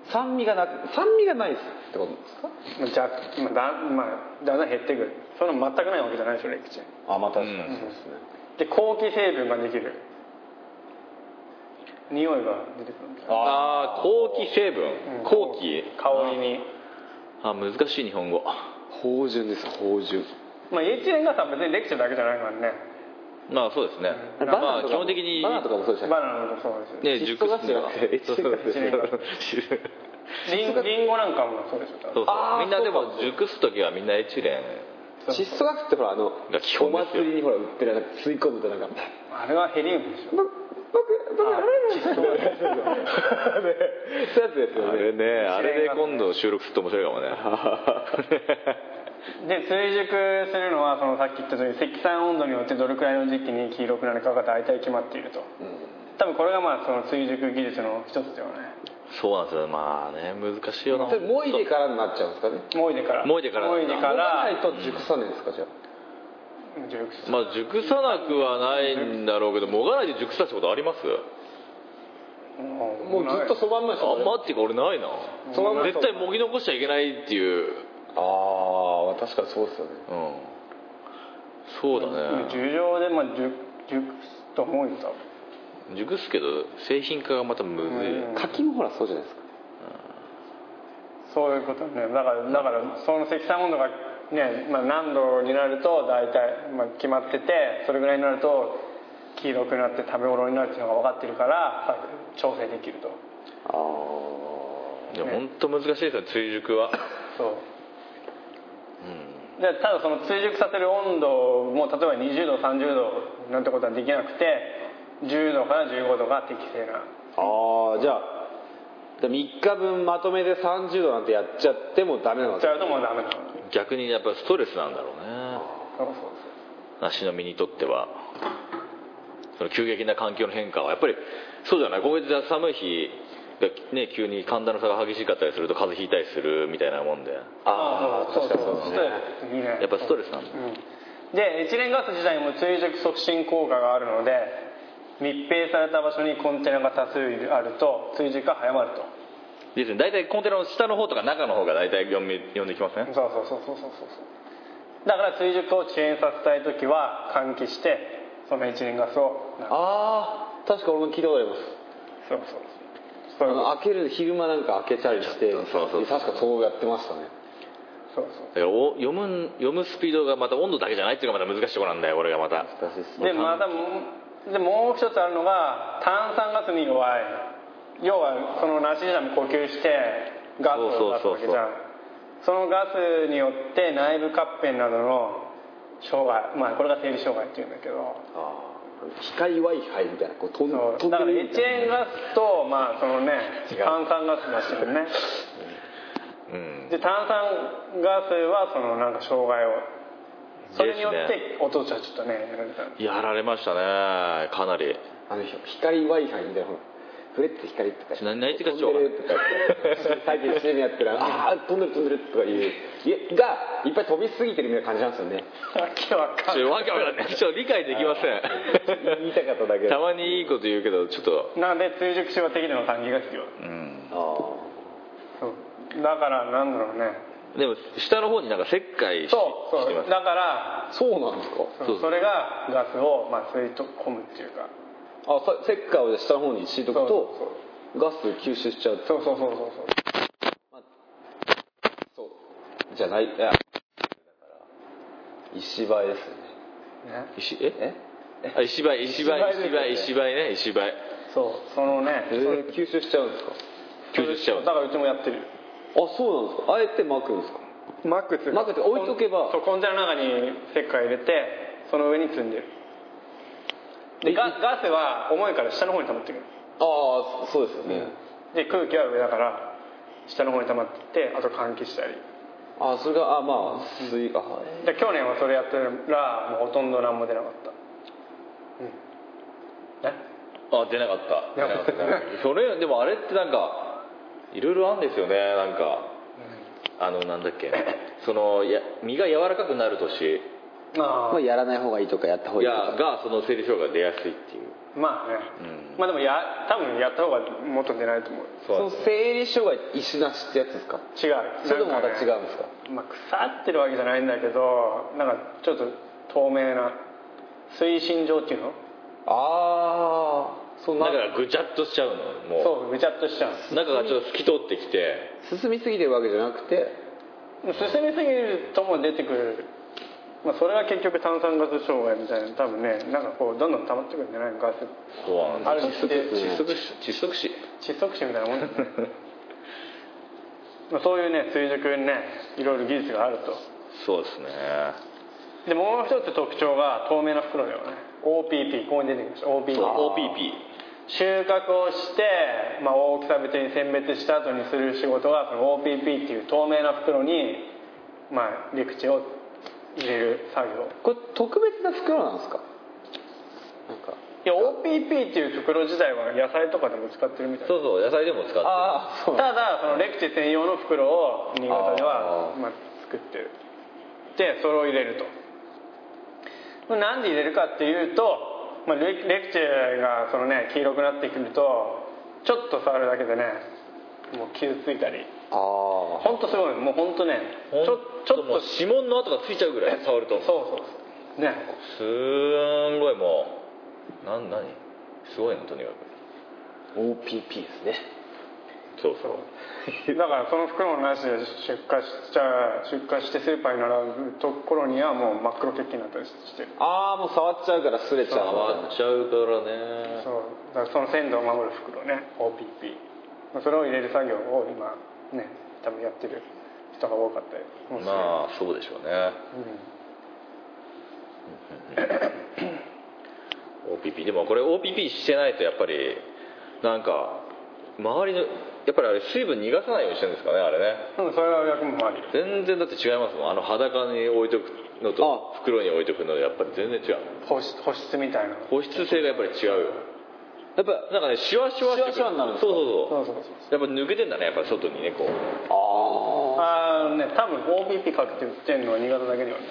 酸味がなく酸味がないってことですか
じゃあまあだ,、まあ、だんだん減ってくるそんなの全くないわけじゃないでしょ歴史
あまあ確
かに
そうですね、
で後期成分ができる匂いが出てくるんですよ
ああ後期成
うん
分後期
香りに
あ難しい日本語
芳醇です芳醇
まあ HN がさ別にレクチャーだけじゃないからね
まあそうですね
バナ
まあ
ナと
基
かも
本的に
バナナとかもそうでした
バ
ね
ナナもそうですよ
ね熟
窒素ガ
すん
スじ
だ
ゃ
から
なくて HN ガスでし
窒 素ガスリンリンゴなんかもそうですよ
そ
多
うそう
分
あー
みんなで
そ
も
うか
熟す時はみんなエチレン
窒素ガスってほらあの
が基本
お
ですよ
祭りにほら売ってるなんか吸い込むとなんか
あれはヘリウムでしょ
僕僕僕あれなんですよそういうや つですよ
あ
ね
れねあれで今度収録すると面白いかもね
で追熟するのはそのさっき言った通り積算温度によってどれくらいの時期に黄色くなるかが大体決まっていると、多分これがまあその追熟技術の一つだよね
そうなんですよまあね難しいよな
それもいでからになっちゃうんですかね
もいでから
もいでから
もいでか
持たな
ら
いと熟さないんですかじゃあ
熟す
まあ熟さなくはないんだろうけどもがないで熟さしたことあります
も
もうずっとそばんまでした
あんまっていうか俺ないな
そのまま
絶対もぎ残しちゃいけないっていう
ああ確かにそうですよね
うんそうだね
樹上でまあ熟熟すと思うよ多分
熟すけど製品化がまたむずい、
うん
柿もほらそうじゃないですか
そういうことねだからだからその積算温度がね、まあ、何度になると大体、まあ、決まっててそれぐらいになると黄色くなって食べ頃になるっていうのが分かってるから調整できると
ああ
いや本当難しいですよ追熟は
そうでただその追熟させる温度も例えば20度30度なんてことはできなくて10度から15度が適正な
ああじゃあ3日分まとめて30度なんてやっちゃってもダメなの
ち
か
ゃうともうダメなの
逆にやっぱストレスなんだろうね
そうそう
梨の実にとってはその急激な環境の変化はやっぱりそうじゃない今月は寒い日が、ね、急に寒暖の差が激しかったりすると風邪ひいたりするみたいなもんで
ああ
そう
確かにそ
そう
うです
そうそ
ね
ういいね
やっぱストレスなんだ
うんでエチレンガス自体も追熟促進効果があるので密閉された場所にコンテナが多数あると追熟が早まると
ですね大体コンテナの下の方とか中の方が大体読み読んできません
そうそうそうそうそうそうそうだから追熟を遅延させたい時は換気してそのエチレンガスを
ああ確か俺も聞いたことあります
そうそう
あ
そうそういうこと
の開ける昼間なんか開けたりして
そうそうそう
確かそうやってましたね
そう
だ
そう
からお読む読むスピードがまた温度だけじゃないっていうのがまた難しいところなんだよ俺がまた
難しいっす
で
ね
またでもう一つあるのが炭酸ガスに弱い要はその梨自体も呼吸してガスを出すわけじゃんそのガスによって内部カッペンなどの障害まあこれが生理障害っていうんだけど
あー光 w i f i みたいなこう飛ん
そう
飛ん
だから
でる
エチレンガスとまあそのね
違う
炭酸ガスだしね
うん
で炭酸ガスはそのなんか障害をそれによっ
です
てお父ちゃんちょっとねやられたの
やられましたねかなり
あの光 w i f i みたいなほらフレッツ光とか
何何言ってるかちょ
飛
っ
ん
と分
でるとか言って最近 CM やって るああー飛んでる飛んでるとかいういやがいっぱい飛びすぎてるみたいな感じなんです よね
わけわかん
ち
な
ょ
い
わけわかんないちょっと理解できませ
言いたかっただけ
ん
で
たまにいいこと言うけどちょっと
なので追熟しは適度な換気が必要
うん
あ
そうだからなんだろうね
でも下の方になんか石灰し
そう
し
そ
てま
う
す
だから
あそうなんですか
そうそう
それがガスをまあ吸い込むっていうか
あさ石灰を下の方に敷いとくと
そう
ガス吸収しちゃう
そうそうそうそうそう
そうじゃないいやだから石灰ですよね
ね
石え
え
あ石灰石灰
石
石
灰
灰
です
石灰ね石灰
そうそのね
それ吸収しちゃうんですか
吸収しちゃう
だからうちもやってる
あそうなんですかあえて巻くんですか
マックス
巻くって置いとけば
そうコンテナの中に石灰入れてその上に積んでるでガガスは重いから下の方に溜まってくる
ああそうですよね、
で空気は上だから下の方に溜まってってあと換気したり
ああそれがあまあ水が、
で去年はそれやってるらもうほとんど何も出なかった
あ出なかった出なかったそれでもあれってなんかいろいろあるんですよねなんかあのなんだっけそのや身が柔らかくなる年
ま
まあ、やらない方がいいとかやった方が
い
いい
や
とか
がその生理障害が出やすいっていう
あまあね、
うん
まあでもや多分やった方がもっと出ないと思う
そ
なん
の
ですよ
生理障害石なしってやつですか
違う
それともまた違
なんか
うんですか
ねまあ、腐ってるわけじゃないんだけどなんかちょっと透明な水心状っていうの
ああそん
だ
な
からぐちゃっとしちゃうのも
そうぐちゃっとしちゃう
う中がちょっと透き通ってきて
進みすぎてるわけじゃなくて
進みすぎるとも出てくる、まあ、それは結局炭酸ガス障害みたいな多分ねなんかこうどんどん溜まってくるんじゃないのガス
そう
あ
なん
る
です
日
窒息死窒息死
窒息死みたいなもんですねまあそういうね追熟にねいろいろ技術があると
そうですね
でもう一つ特徴が透明な袋だよね OPP ここに出てきました OPP
そう OPP
収穫をして、まあ、大きさ別に選別した後にする仕事がその OPP っていう透明な袋に、まあ、陸地を入れる作業
これ特別な袋なんですかなんか
いや OPP っていう袋自体は野菜とかでも使ってるみたい
そうそう野菜でも使って
ああそうなん
ただそのレクチ専用の袋を新潟では
あー
まあ、作ってるでそれを入れるとなんで入れるかっていうと、まあ、レクレクチェがそのね黄色くなってくるとちょっと触るだけでねもう傷ついたり
あ
本当すごいもう本当ね
ほん
ちょちょっ
もう
と
指紋の跡がついちゃうぐらい触ると
そうそうね
すんごいもうなん何すごいのとにかく
あ OPP ですね
そうそう
だからその袋のなしで出荷しちゃ出荷してスーパーに並ぶところにはもう真っ黒血気になったりしてる
ああもう触っちゃうから擦れちゃう
触っ
みたい
ちゃうからね
そうだからその鮮度を守る袋ね OPP まあそれを入れる作業を今ね多分やってる人が多かったりもする
まあそうでしょうね
う
OPP でもこれ OPP してないとやっぱりなんか周りのやっぱりあれ水分逃がさないようにしてるんですかねあれね
ん、うん、それは役もあり
全然だって違いますもんあの裸に置いとくのと袋に置いとくのでやっぱり全然違う
保湿保湿みたいな
保湿性がやっぱり違うよ
なやっぱ
なんかねシュワシュワって
シュワシュワになるんです
そ
か
うそう
そうそうそう
そうやっぱ抜けてんだねやっぱり外にねこう
ああ
ああね多分 OPP かけて売ってるのは新潟だけではな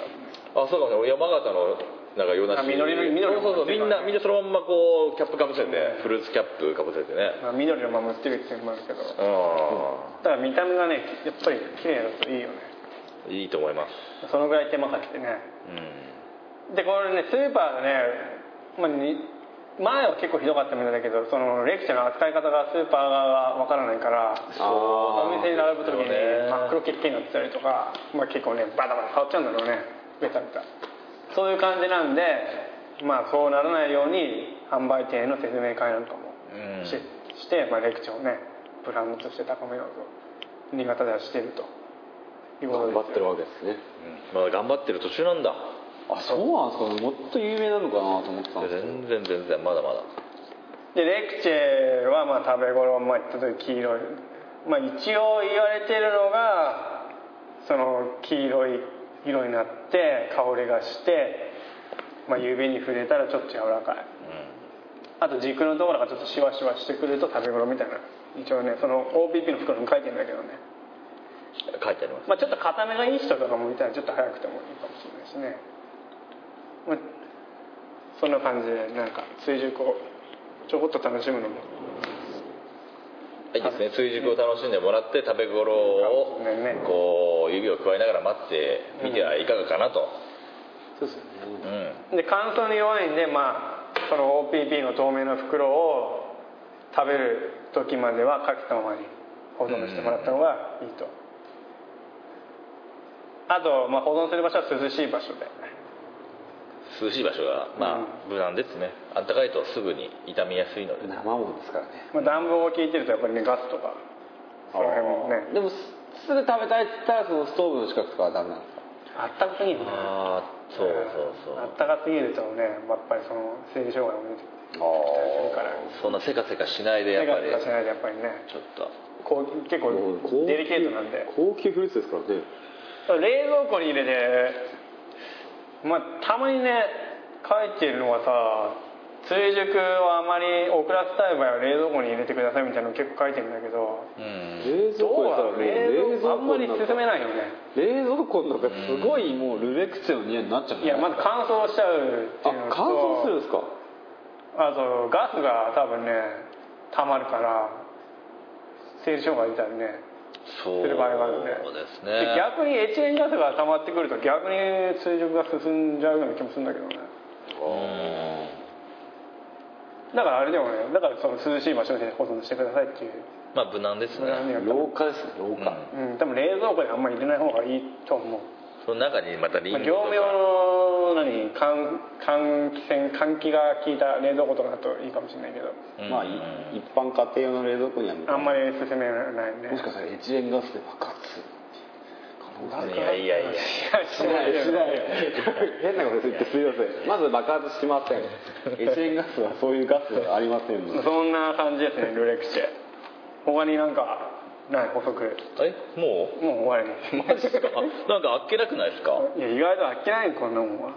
あ
く
そうかもね俺山形のなんか洋梨
あ緑の緑の
そうそうそうみんな
緑
みんな
の
そのまんまこうキャップかぶせてフルーツキャップかぶせてね
まあ、緑のまま売ってるっていうのもあるけど
う
ただ見た目がねやっぱり綺麗だといいよね
んいいと思います
そのぐらい手間かけてね
うん
でこれねスーパーでね、まあ、に前は結構ひどかったみたいだけどそのレクチャーの扱い方がスーパー側がわからないから
あ
お
ー
店に並ぶ時に
そうね
真っ黒血気になってたりとか、まあ、結構ねバタバタ触っちゃうんだろうねベタベタそういう感じなんでまあそうならないように販売店への説明会なんかも
うん
し,、て、まあ、レクチャーをねブランドとして高めようと新潟ではしてるということです
頑張ってるわけですね
まだ頑張ってる途中なんだ
あそうなんですかもっと有名なのかなと思ってたんですけど
全然全然まだまだ
でレクチェはまあ食べ頃まあ言った時黄色い、まあ、一応言われてるのがその黄色い色になって香りがして、まあ、指に触れたらちょっと柔らかいあと軸のところがちょっとシワシワしてくると食べ頃みたいな一応ねその OPP の袋にも書いてるんだけどね、
書いてあります
まあ、ちょっと固めがいい人とかもいたらちょっと早くてもいいかもしれないしね、まあ、そんな感じでなんか追熟をちょこっと楽しむのも
はいいいですね追熟を楽しんでもらって食べ頃を
ねね
こう指を加えながら待ってみてはいかがかなと
そうですよね
うん
で乾燥に弱いんで、まあ、その OPP の透明の袋を食べる時まではかけたままに保存してもらった方がいいとあと、まあ、保存する場所は涼しい場所で
涼しい場所がま
う
あ無難ですねあったかいとすぐに傷みやすいので
生もんですからね
まあ、暖房を効いてるとやっぱりねガスとかその辺もね
でもすすぐ食べたいっつったらそのストーブの近くとかはダメなんですか
あったかすぎるね
ああそうそうそ
あ
う
ったかすぎるとねやっぱりその生理障害も出てきたりするから
そんなせかせかしないでやっぱり
手が出せないでやっぱりね
ちょっと
こう結構デリケートなんで
高級フルーツですからね
冷蔵庫に入れてまあたまにね書いてるのはさ追熟をあまり遅らせたい場合は冷蔵庫に入れてくださいみたいなの結構書いてるんだけど
うん
冷蔵
ど
庫
う
やった
だ
ら
ろ
も
う冷
う冷
蔵
蔵
あんま
庫
り
の
進
中
めないよね
冷蔵庫の中すごいもうルベクチェの匂いになっちゃうん
い
じゃ
や
ない
まず乾燥しちゃうって
あ
いうのと
乾燥するんですか
あとガスが多分ね溜まるから生理障害みたいにね
そう
する場合があるんで
です
で
ね
逆にエチレンガスが溜まってくると逆に追熟が進んじゃうような気もするんだけどね
うん
だからあれでもねだからその涼しい場所で保存してくださいっていう
まあ無難ですね、
悩みは多
廊
分
下ですね廊下、
うん、多分冷蔵庫にあんまり入れない方がいいと思う、
その中にまたリン
まあ、
ゴとか、
業務用の何換換気扇換気が効いた冷蔵庫とかだといいかもしれないけど
うん
まあい一般家庭用の冷蔵庫には
あんまり進めないね
もしかしたらエチレンガスで爆発する可能性
いやいやいや
しないしない
変なこと言ってすいませんまず爆発しませんエチレンガスはそういうガスはありませんので
そんな感じですねルレクチェ他になんかない補足
えも
もう終わり
うマジですかなんかあっけなくないですか
いや意外とあっけないこんなもんは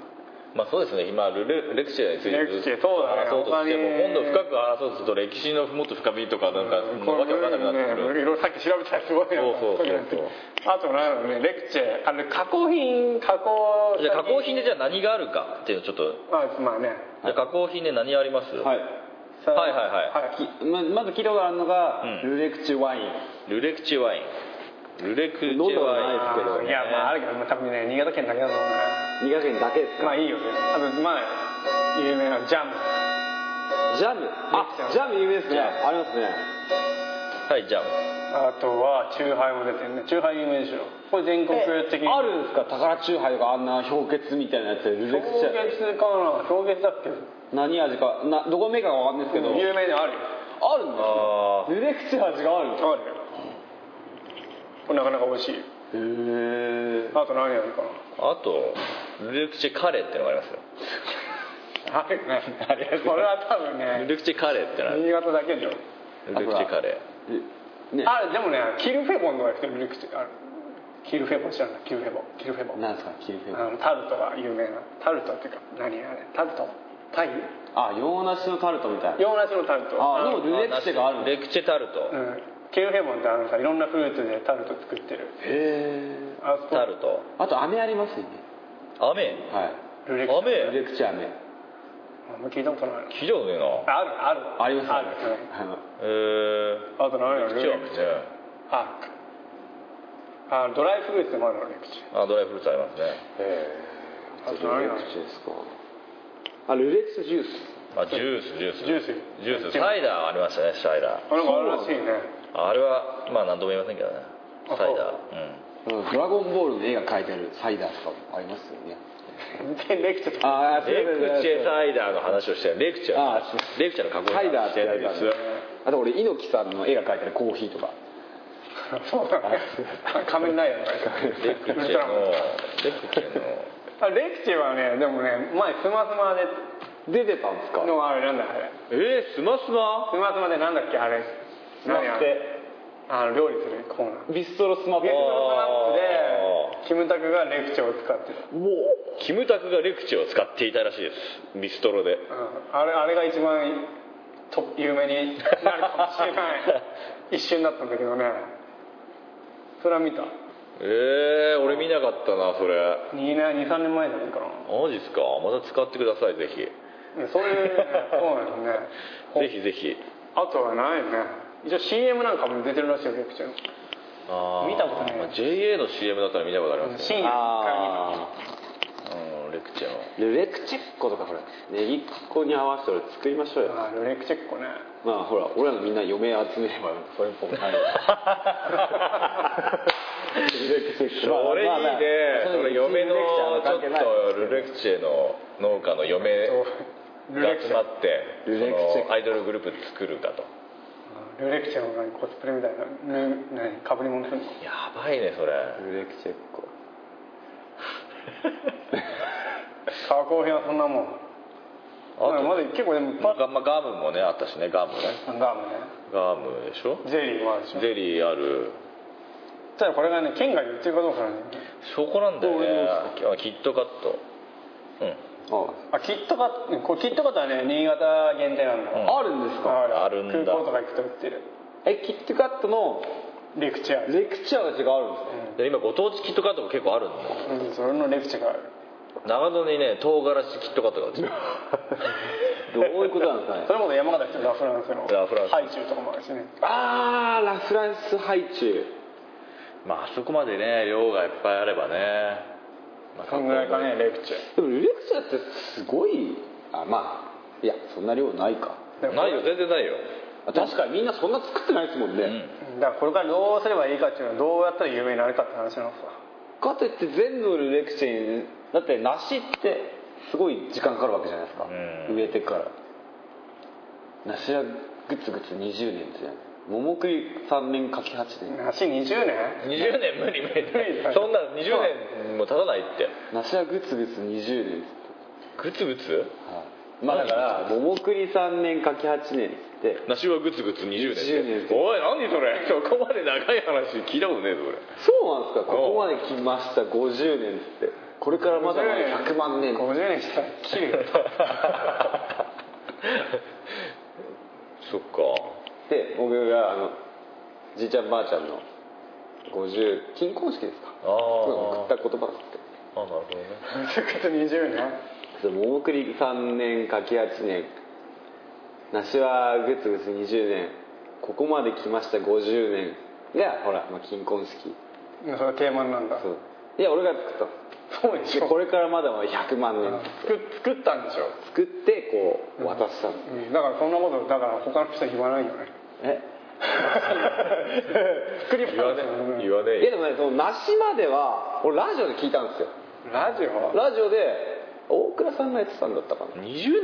まあそうですね今ルレレクチェについて
レクチェそうだね
争うとしても
他
今
に
度深く争うとすると歴史のもっと深みとかなんかもうわけわかんなくなってく
ね
る
いろいろさっき調べたらすごいな
そうそうそうそう
あとなんだろうねレクチェあの加工品加工
じゃあ加工品でじゃあ何があるかっていうのちょっと
まあまあね
じゃあ加工品で何あります、
はい
さ
はいはいはい
はい
きままず聞いたことあるのが、
うん
ルレクチュワイン
ルレクチェワインルレクチェ
飲んだこと
ワイン
あ
ないですけど
ーいやまああるけど多分ね新潟県だけだと思うな
新潟県だけですか、
まあいいよねあとまあ有名なジャム
ジャムあジャム有名ですねあります
はい
ね
じゃあ
あとはチューハイも出てるねチューハイ有名でしょこれ全国的に
あるんですか宝チューハイとかあんな氷結みたいなやつでルレ
氷
クチェ
結かな氷結だっけ
何味かなどこメーカーかわかんないですけど、
有名なのあるよ
あるんですね
あ
ルレクチェ味があるんです
あるよこれなかなか美味しいよ
へえ
あと何やるか
あとルレクチェカレーってのがありますよ
なあるよね
ありがとう
これは多分
ル
ね
レクチェカレーってのは
新潟だけでしょ
ルレクチェカレー
ね
あるでもねキルフェボンとか人ミルクチあるキルフェボン知らないキルフェボンキルフェボン
なんですかキルフェ
あのタルトが有名なタルトっていうか何あれタルトタイ
あ洋梨のタルトみたいな
洋梨のタルト
あでもルレクチェがあるん
ル
です
レクチェタルト、
うんキルフェボンってあのさいろんなフルーツでタルト作ってる
へえ
あそこ
タルト
あと飴ありますよね
雨
はい
ルレク
雨
ルレクチェ飴
あんま聞いたことないな
聞いたことねえな
あるある
ありますよ
あ
ね
る
えー、
あと何や
ルレクチェ雨ね
ああドライフルーツでもあるのレクチ
あドライフルーツありますね
あ
へえ
と何が
ルレ
ある
クチェですかあルレクチェジュース
あジュースジュース
ジュース
ジュースサイダーありましたねサイダー
あなんかあるらしいね
あれはまあ何とも言いませんけどね
あ
サイダ
うんドラゴンボールの絵が描いてあるサイダーとかもありますよね
全然レクチェとか
ああ
ーうんレクチェサイダーの話をしてるレクチェ
あ
レクチェの加工
サイダーって
や
や
つです
つだねあと俺猪木さんの絵が描いてあるコーヒーとか
そうだね仮面ライダーと
レク
かウル
チェ
トラマン
のレクチェの
あレクチェはねでもね前スマスマで
出てたんですか
のあれなんだあれ
えー、スマスマ
スマスマでなんだっけあれ
スマ
何あ
ステ
れあの料理するコーナー
ビストロスマホ
ゲストのスナップでキムタクがレクチェを使ってた、
もうキムタクがレクチェを使っていたらしいですビストロで
うん、あれあれが一番と有名になるかもしれない一瞬だったんだけどねそれは見た
えー、俺見なかったなそれ
23年前じゃないかな
マジっすかまた使ってくださいぜひ
うんそういう、ね、そうなんですね
ぜひぜひ
あとはないよね一応 CM なんかも出てるらしいよレクチェの
あー
見たことない
まあ JA の CM だったら見たことあります
深
ね
夜から
あ
うんレクチェの
あルレクチェッコとかほらね一個に合わせて俺作りましょう
見
よ
たあーレクチェっ子ね
まあほら俺らのみんな嫁集めればそれっぽく なるルレクチェッコ
それいいね
まあまあ
それ嫁の
ルレクチェは
ちょ
関
っ
係ない
とルレクチェの農家の嫁
ルレ
が
ク
集
チ
ま
ェ
ってそ
ルレクチェ
のアイドルグループ作るかと
ルレクチェの何コスプレみたいなぬ何かぶり物するの
やばいねそれ
ルレクチェッコ
加工品はそんなもん
あと
まだ結構でも
ま
パ
あガまあガムもねあったしねガムね
ッガムね
ガムでしょ
ゼリーもあるでしょ
ゼリーある
ただこれがね県外で売ってるかどうかなんだよね
そこなんだよね
これどう
あキットカットうん
あキットカットこれキットカットはね新潟限定なんだ、
うん
あるんですか
あるんだ
空港とか行くと売ってる
えキットカットの
レクチャー、
レクチャーたちがあるんですか
で今ご当地キットカットも結構あるんだよ
うん、それのレクチャーがある
長野にね唐辛子キットカットが売ってる
どういうことなんですかね
それこそ山形来てラ・フランスの
ラフランス
ハイチュウとかもあるしね
あーラフランスハイチュウ
まああそこまでね量がいっぱいあればね、まあ、
そんぐらいかねレクチャ
でもレクチャーってすごいあまあいやそんな量ないか
ー
ないよ全然ないよ、
あ確かにみんなそんな作ってないですもんね、
うん、
だからこれからどうすればいいかっていうのはどうやったら有名になるかって話なのさ
かといって全部のレクチャーにだって梨ってすごい時間かかるわけじゃないですか、
うん
植えてから梨はグツグツ20年ですよね桃栗3年かき8年
梨20
20
年
年無理無理
無理だ
そんな20年も経たないって
梨はグツグツ20年っつって
グツグツ
はいまあだから桃栗3年かき8年っつって
梨はグツグツ20年って
20年って
おい何そ れそこまで長い話聞いたことねえぞ
そうなんですかここまで来ました50年っつってこれからまだまだ100万年
50年したら切るよ
そっか
で僕があのじいちゃんばあちゃんの50金婚式ですか
あー
送った言葉だって
あなるほどね
それこそ20年
そう桃栗3年柿8年梨はぐつぐつ20年ここまで来ました50年がほら、まあ、金婚式
それは定番なんだ
そういや俺が作っ
そうで
た
し
で
ょ
これからまだまだ100万年
作作ったんでしょ、
作ってこう渡したの、
うん、だからそんなことだから他の人に言わないよね
え
作りっぱ
言わねえ言わね
いやでもねその梨までは俺ラジオで聞いたんですよ
ラジオ
ラジオで大倉さんがやってたんだったかな
え20年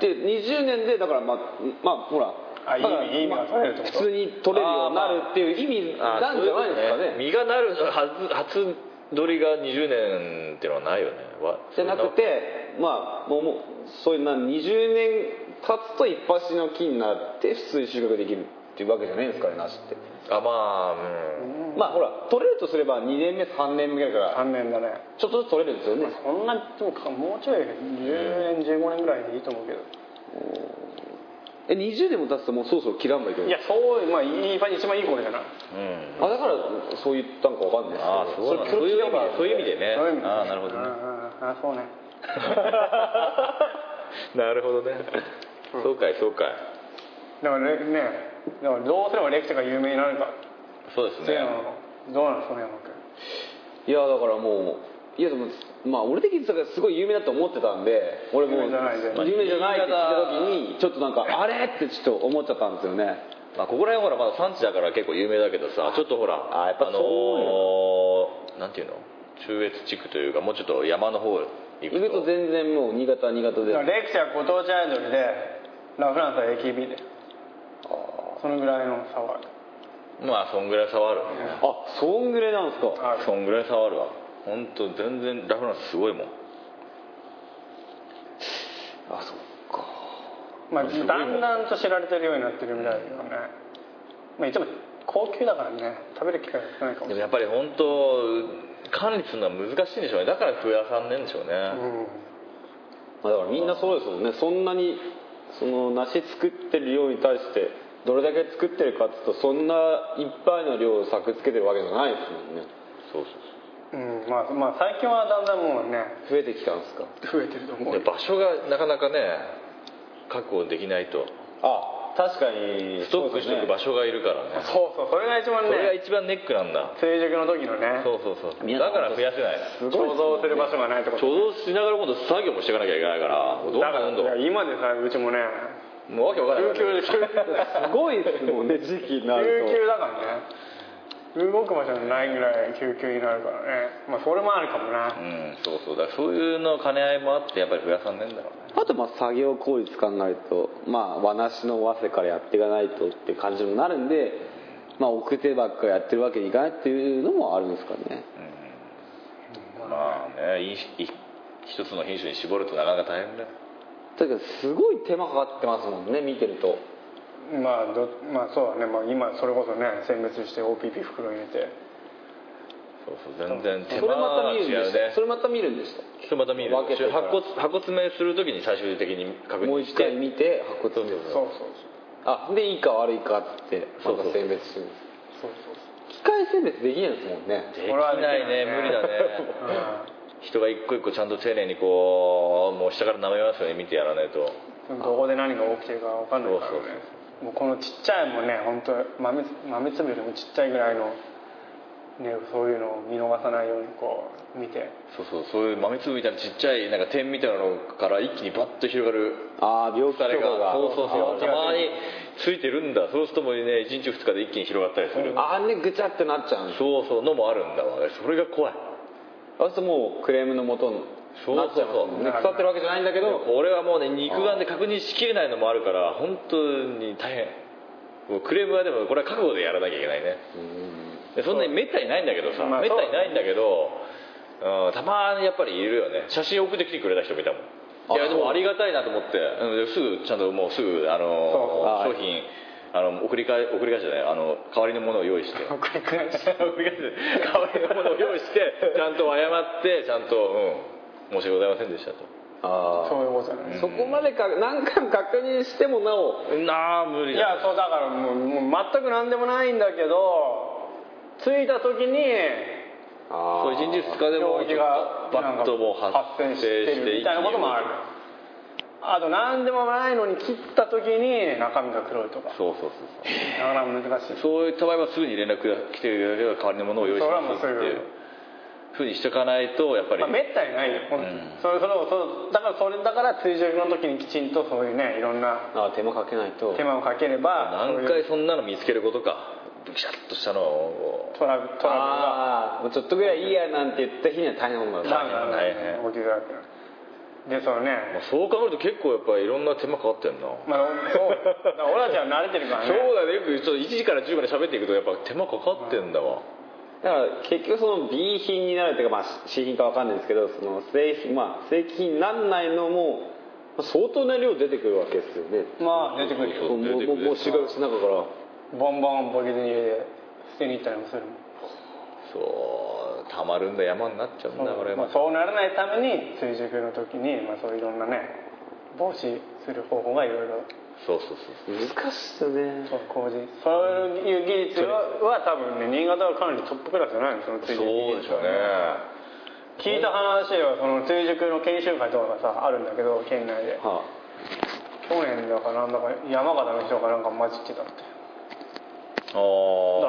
で20年でだからまあまあほら
あいい
だから
いい意味が取れるってこと
普通に取れるようになるっていう意味なんじゃないですかね
実がなるはず初取りが20年ってのはないよねわ
じゃなくてまあもうもうそういうな20年経つと一発の木になって普通に収穫できるっていうわけじゃないですからね梨って
あまあうん
まあほら取れるとすれば2年目3年目ぐらいか
3
ら
年だね
ちょっとずつ取れるんですよね
そんなでもかもうちょい10年15年ぐらいでいいと思うけど
え20年も経つともうそろそろ切らんばいけない
いやそうまあいい一番いい頃じゃない
うん
あだからそう言ったんかわかんないですけど
ああそうなんだそういう意味でそういう意味でね
そういう意味で
ああなるほど
うん
ね
うんうんあそうね
なるほどねそうかいそうかい
だからねねだからどうすればレクチャーが有名になるか
そうです
ってい
ね
うのどうなのその山君
いやだからもういやでもまあ俺的にだからすごい有名だと思ってたんで俺も
有名じゃないで
有名じゃないって聞いた時にちょっとなんかあれってちょっと思っちゃったんですよね
まあここら辺ほらまだ産地だから結構有名だけどさちょっとほら
あやっぱ
のーなんていうの中越地区というかもうちょっと山の方行
行く
く
と
と
全然もう新潟は新潟で
だからレクチャーご当地アイドルでラ・フランスは AKB でそのぐらいの差はある
まあそんぐらい差はある
あそんぐらいなんですか
ある
そんぐらい差はあるわ本当全然ラフランスすごいもん
あそっか
まあ、だんだんと知られてるようになってるみたいだけどね、まあ、いつも高級だからね食べる機会が少ないかも
でも
しれない
やっぱり本当管理するのは難しいんでしょうねだから増やさんねんでしょうね、
うん
まあだからみんなそうですもんねそんなにその梨作ってる量に対してどれだけ作ってるかっていうとそんないっぱいの量を作つけてるわけじゃないですもんね
そうそう
うんまあ、まあ最近はだんだんもうね
増えてきたんですか
増えてると思
そう
う
で場所が
よ
なかなかね確保できないと
あ確かに
ストックしとく場所がいるからね
そうそうそれが一番
それが
ね
一番ネックなんだ
成熟の時のね
そうそうそう
皆
だ
さん
から増やせない
すごい
想像する場所がないってこ
ち
と
ょうどしながら今度作業もしていかなきゃいけないからどんどん
だから
どんどん
いや今でさえうちもね
もうわけわかんない
救急 救急
すごいですもんね 時期になると
救急だからね動く場所がないぐらい救急になるからねまあそれもあるかもな
うんそうそうだからそういうの兼ね合いもあってやっぱり増やさんねんだろうね
あとまあ作業効率考えるとまあ和梨の和瀬からやっていかないとって感じにもなるんでまあ奥手ばっかやってるわけにいかないっていうのもあるんですかね
まあねいいい一つの品種に絞るとなかなか大変だよ
だけどすごい手間かかってますもんね見てると
まあどまあそうだね、まあ、今それこそね選別して OPP 袋入れて
そうそう全然手
それまた
間が
見るん
違
で
う
し
ね
たそれまた見るんでした
それまた見る
分けてか
発
ら
骨発骨明するときに最終的に確
もう
認
一
し
回
て
見て白骨病
そうそう
あでいいか悪いかって
そ
ま
うそう
た選別してる
そうそうそう
機械選別できないですもんね
できないね無理だね人が一個一個ちゃんと丁寧にこうもう下から舐めますよね見てやらないと
うんどこで何が起きてるかわかんないから
そ
ね
うそう
もうこのちっちゃいもんね本当豆豆粒よりもちっちゃいぐらいの、ね、そういうのを見逃さないようにこう見て
そうそうそういう豆粒みたいなちっちゃいなんか点みたいなのから一気にバッと広がる
ああ病気
疲
とか
れが
が
そうそうそう
あ
たまについてるんだそうするともうね1日2日で一気に広がったりする、
ああねぐちゃってなっちゃうんです
そうそうのもあるんだわそれが怖い
あそうするともうクレームの元に
そう
なっちゃいますもんね
そうそう
腐ってるわけじゃないんだけど
俺はもうね肉眼で確認しきれないのもあるから本当に大変もうクレームはでもこれは覚悟でやらなきゃいけないね
うん
でそんなにめったにないんだけどさ、
まあ
めったにないんだけど、うん、たまにやっぱりいるよね写真送ってきてくれた人もいたもんいや
あ
でもありがたいなと思って、うん、ですぐちゃんともうすぐあの
そう
商品あの送り返送り返しじゃないあの代わりのものを用意して送り返し代わりのものを 用意してちゃんと謝ってちゃんと、うん、申し訳ございませんでしたと
あ
そういうことじゃない
あそこまでか何回も確認してもなお
なあ無理
いやそうだからもうもう全く何でもないんだけど着いた時に
あ
そう一日二日でも
病気が
バッともう
発
発
生
生
し
してて
るみたいなこともあるあと何でもないのに切った時に中身が黒いとか
そうそうそうそう
なかなか難しい
そういった場合はすぐに連絡が来てるだけ代わりのものを用意しますって
それはもう
いう
すぐ
ふうにしておかないとやっぱり、
まあ、めったにないよ、本当に
うん
それそれをそうだからそれだから追従の時にきちんとそういうねいろんな
ああ手間かけないと
手間をかければ
何
そうい
回
う
そんなの見つけることかブシャッとしたのを
トラブトラ
ああもうちょっとぐらいいいやなんて言った日には大変なこ
ブル
とに
がダ
なる
メなん
大変
だ起きづらくなるでその
まあ
ね、
そう考えると結構やっぱいろんな手間かかってんな、
まあ、そうだから俺たちは慣れてるから
そう
ね
だねよくちょっと1時から10まで喋っていくとやっぱ手間かかってんだわ、
だから結局その B 品になるというか、まあ、C 品かわかんないですけどその正規、まあ、正規品になんないのもまあ相当な量出てくるわけですよね
まあ出てくる
そう
よ
もうもうもうもう四月の中から
ボンボンボケずに入れて捨てに行ったりもするもん
そうたまるんだ山になっちゃうんだこれ
まあ
ま、た
そうならないために追従の時に、まあ、そういろんなね防止する方法がいろいろ
そうそうそう
難しいですよね
そう工事そういう技術はは多分ね新潟はかなりトップクラスじゃないのその
そ
追
う
従
そうでしょうね
聞いた話ではその追熟の研修会とかがさあるんだけど県内で
は
去年だかなんだか山形の人がなんか混じってたってだか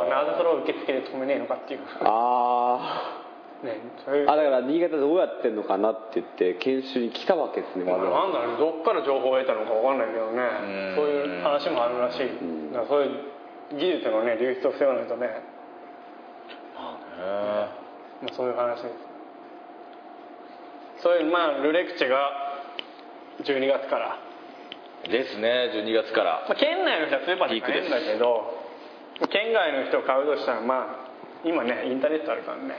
ら
あ
なぜそれを受付で止めねえのかっていう
ああ
ねそういう
ーあだから新潟どうやってんのかなって言って研修に来たわけですね
ま
わ
あ
ざ
な
わ
んだろうねどっから情報を得たのかわかんないけどね
ん
そういう話もあるらしいだからそういう技術のね流出を防がないとね、
あね
まあ、そういう話ですそういうまあルレクチェが12月から、
ですね12月から
まあ、県内の人はスーパーで買えるんだけど県外の人を買うとしたらまあ今ねインターネットあるからね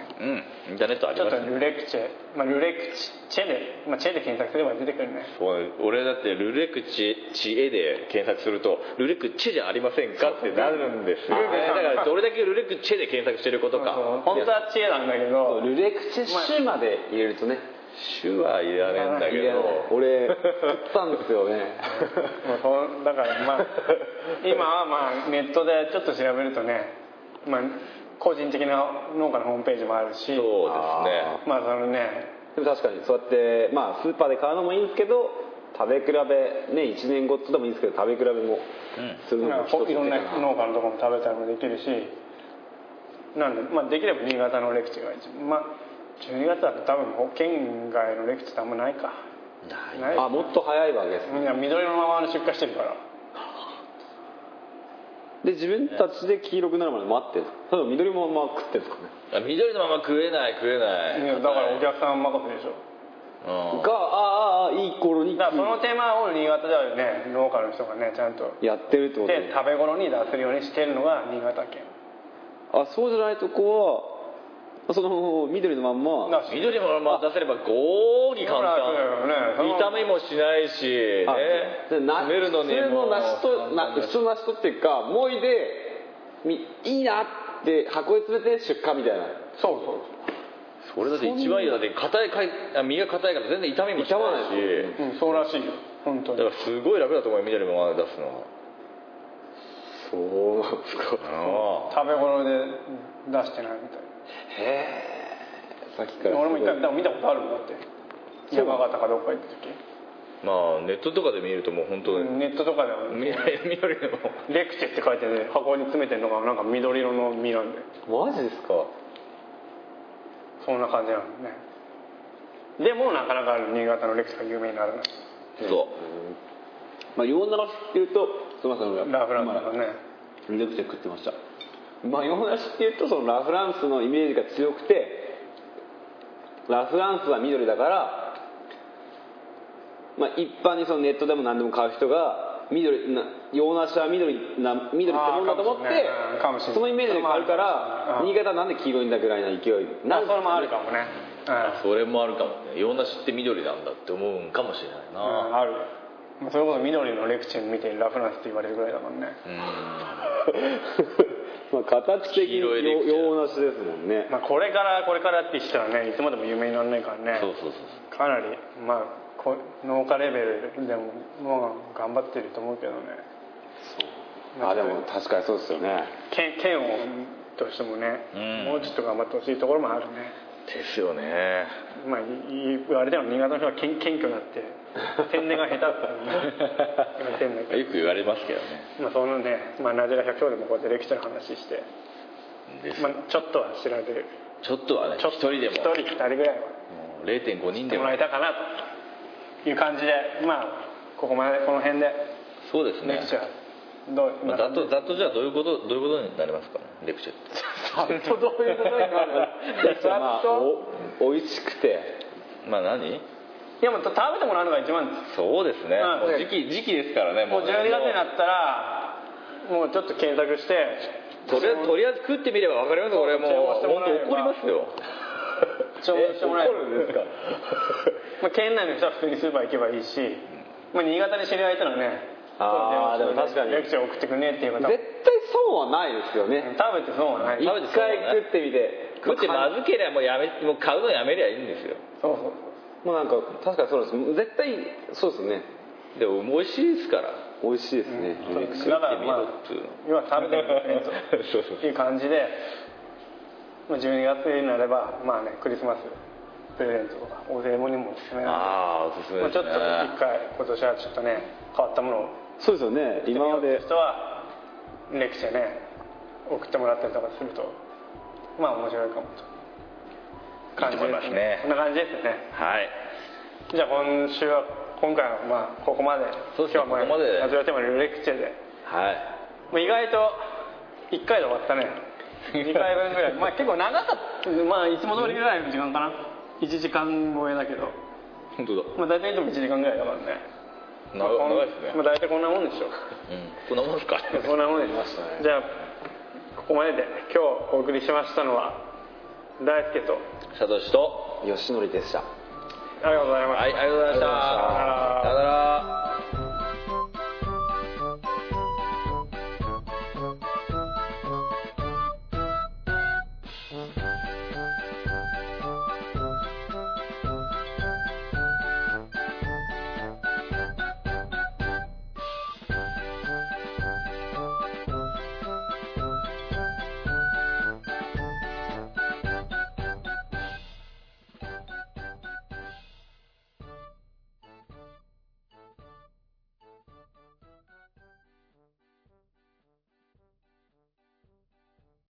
うんインターネットあり
ちょっ
ます
と
ね
ルレクチェ、まあ、ルレクチェで、まあ、チェで検索すれば出てくるね
そう俺だってルレクチ知恵で検索するとルレクチェじゃありませんかってなるんですよ
そうそう
ねだからどれだけルレクチェで検索してることか
本当は知恵なんだけ
ざ
ど
ルレクチェシまで入れるとね
手は入れられんだけ
入れない
ど
俺食ったんですよね
もうそうだから まあ今はまあネットでちょっと調べるとね、まあ、個人的な農家のホームページもあるし
そう
あ
で
まあそのね
でも確かにそうやってまあスーパーで買うのもいいんですけど食べ比べね1年後ってでもいいんですけど食べ比べもするのも一つ
いろんな
手か
農家のところも食べたりもできるしなんで、まあ、できれば新潟のレクチェが一番まあ12月だと多分県外のレクチェってあんまないか
すね
ない
あもっと早いわけです
みんな緑のままの出荷してる から
で自分たちで黄色くなるまで待ってるんですかそれとも緑もまま食ってるんですか
あ
ね
緑のまま食えない食えない
いやだからお客さん任せでしょ
うん
がああああいい頃に
だからその手間を新潟ではね農家の人がねちゃんと
やってるってこと
で食べ頃に出せるようにしてるのが新潟県
あそうじゃないとこはその緑のまんま
だから
緑のまま出せれば合に簡単
ね
痛みもしないしね
あでな
詰めるのに
普通の
も
梨とな普通の梨とっていうかもいでみいいなって箱に詰めて出荷みたいな
そうそう
それだって一番いいだって硬いかいあ身が硬いから全然痛みもしないし
痛まない
う
で
んそうらしいよ本当
だか
に
らすごい楽だと思うよ緑のまま出すのは
そうなんですか
あ
食べ頃で出してないみたい
へえさっきから
な俺も一回
す
多分見たことあるもんだって
そう
山形かどっか行った時
あまあネットとかで見るともう本当に、
ネットとかでも
み 緑の
レクチェって書いてて箱に詰めてるのがなんか緑色の実なんで
ごいマジですか
そんな感じなのねでもなかなか新潟のレクチェが有名になる
そ
まあ洋梨っていうとすみません俺
ラフランスのね
ミルクテ食ってましたまあ洋梨っていうとそのラ・フランスのイメージが強くてラ・フランスは緑だから、まあ、一般にそのネットでも何でも買う人が緑な洋梨は緑な緑ってもんだと思って、
あーかもしれないうんかもしれない
そのイメージで買うから
うん
新潟なんで黄色いんだぐらいの勢いな
あ
ん
それもあるかもねうん
うそれもあるかもね洋梨って緑なんだって思うんかもしれない
うん
な
あるもうそれこそ緑のレクチェ見てラフランスって言われるぐらいだもんね、
うん、
まあ形的に
黄色いレクチャー
洋梨ですもんね
まあ、これからこれからって人はねいつまでも有名にならないからね
そうそうそう
かなりまあこ農家レベルでももう頑張ってると思うけどね
あでも確かにそうですよね
県県をとしてもね、
うん
もうちょっと頑張ってほしいところもあるね
ですよね
まあいいあれでも新潟の人は謙謙虚だって天然が下手だから ね言ってんだけ
よく言われますけどね
どまあそのね、まあ、ナジラ百姓でもこうやって歴史の話して、
です
まあ、ちょっとは調べる
ちょっとはね
ちょ
一
っと
人で
一
も
人二人ぐらい
も
は
う0.5人
して
で
も
も
らえたかなという感じでまあここまでこの辺で
そうです
レ
ね
クチャーどう
まあ、ざっとざっとじゃあどういうことどういうことになりますかねレクチェって
ざっと どういうことにな るざ
ま
っ
あ
と
お美味しくて
まあ何
いやもう食べてもらうのが一番です
そうですね、
うん
もう時期時期ですからね
もう
もうね
12月になったらもうちょっと検索して
とりあえずとりあえず食ってみれば分かりますこれもう
注文しても
本
らえれば
当怒りますよ
注文してもらえば
え怒るんですか
まあ県内の人は普通にスーパー行けばいいし、まあ、新潟に知り合いたらね
あー
そうね
でも確かに
レクチャー送ってくんねっていう方
絶対損はないですよね
食べて損はない
食べて
一回食ってみて
食ってま
ず
ずければもうやめもう買うのやめりゃいいんですよ
そうそう
もうなんか確かにそうです絶対そうですね
でも美味しいです から
美味しいですね、
そう
うん
だからまあ
食ってみろっ
今食べてるねと
そうそう
っていう感じで、まあ、12月になればまあねクリスマスプレゼントとかお歳暮にもおすすめなんで
ああおすすめ
まあ、
です
ちょっ
ね
と一回今年はちょっとね変わったものを
そうですよね今まで
人はレクチャーね送ってもらったりとかするとまあ面白いかもと感じ
いいと思いますね
こんな感じですね
はい
じゃあ今週は今回はまあここまで
そうですね
今日は
ここまで
ラジオテーマのレクチャーで
はい
まあ意外と1回で終 わったね2回分ぐらいまあ結構長かったまあいつも通りぐらいの時間かな1時間超えだけど、
本当だ
まあ、大体いつも1時間ぐらいだからね
な
まあこん
長いですね
まあ、大体こんなもん でしょ
うんこんなもんですか
そんなもんですじゃあここまでで今日お送りしましたのは大輔と
佐藤氏と
吉典でした
ありがとうございました、
はいありがとうございました
ありがとうございました
さよなら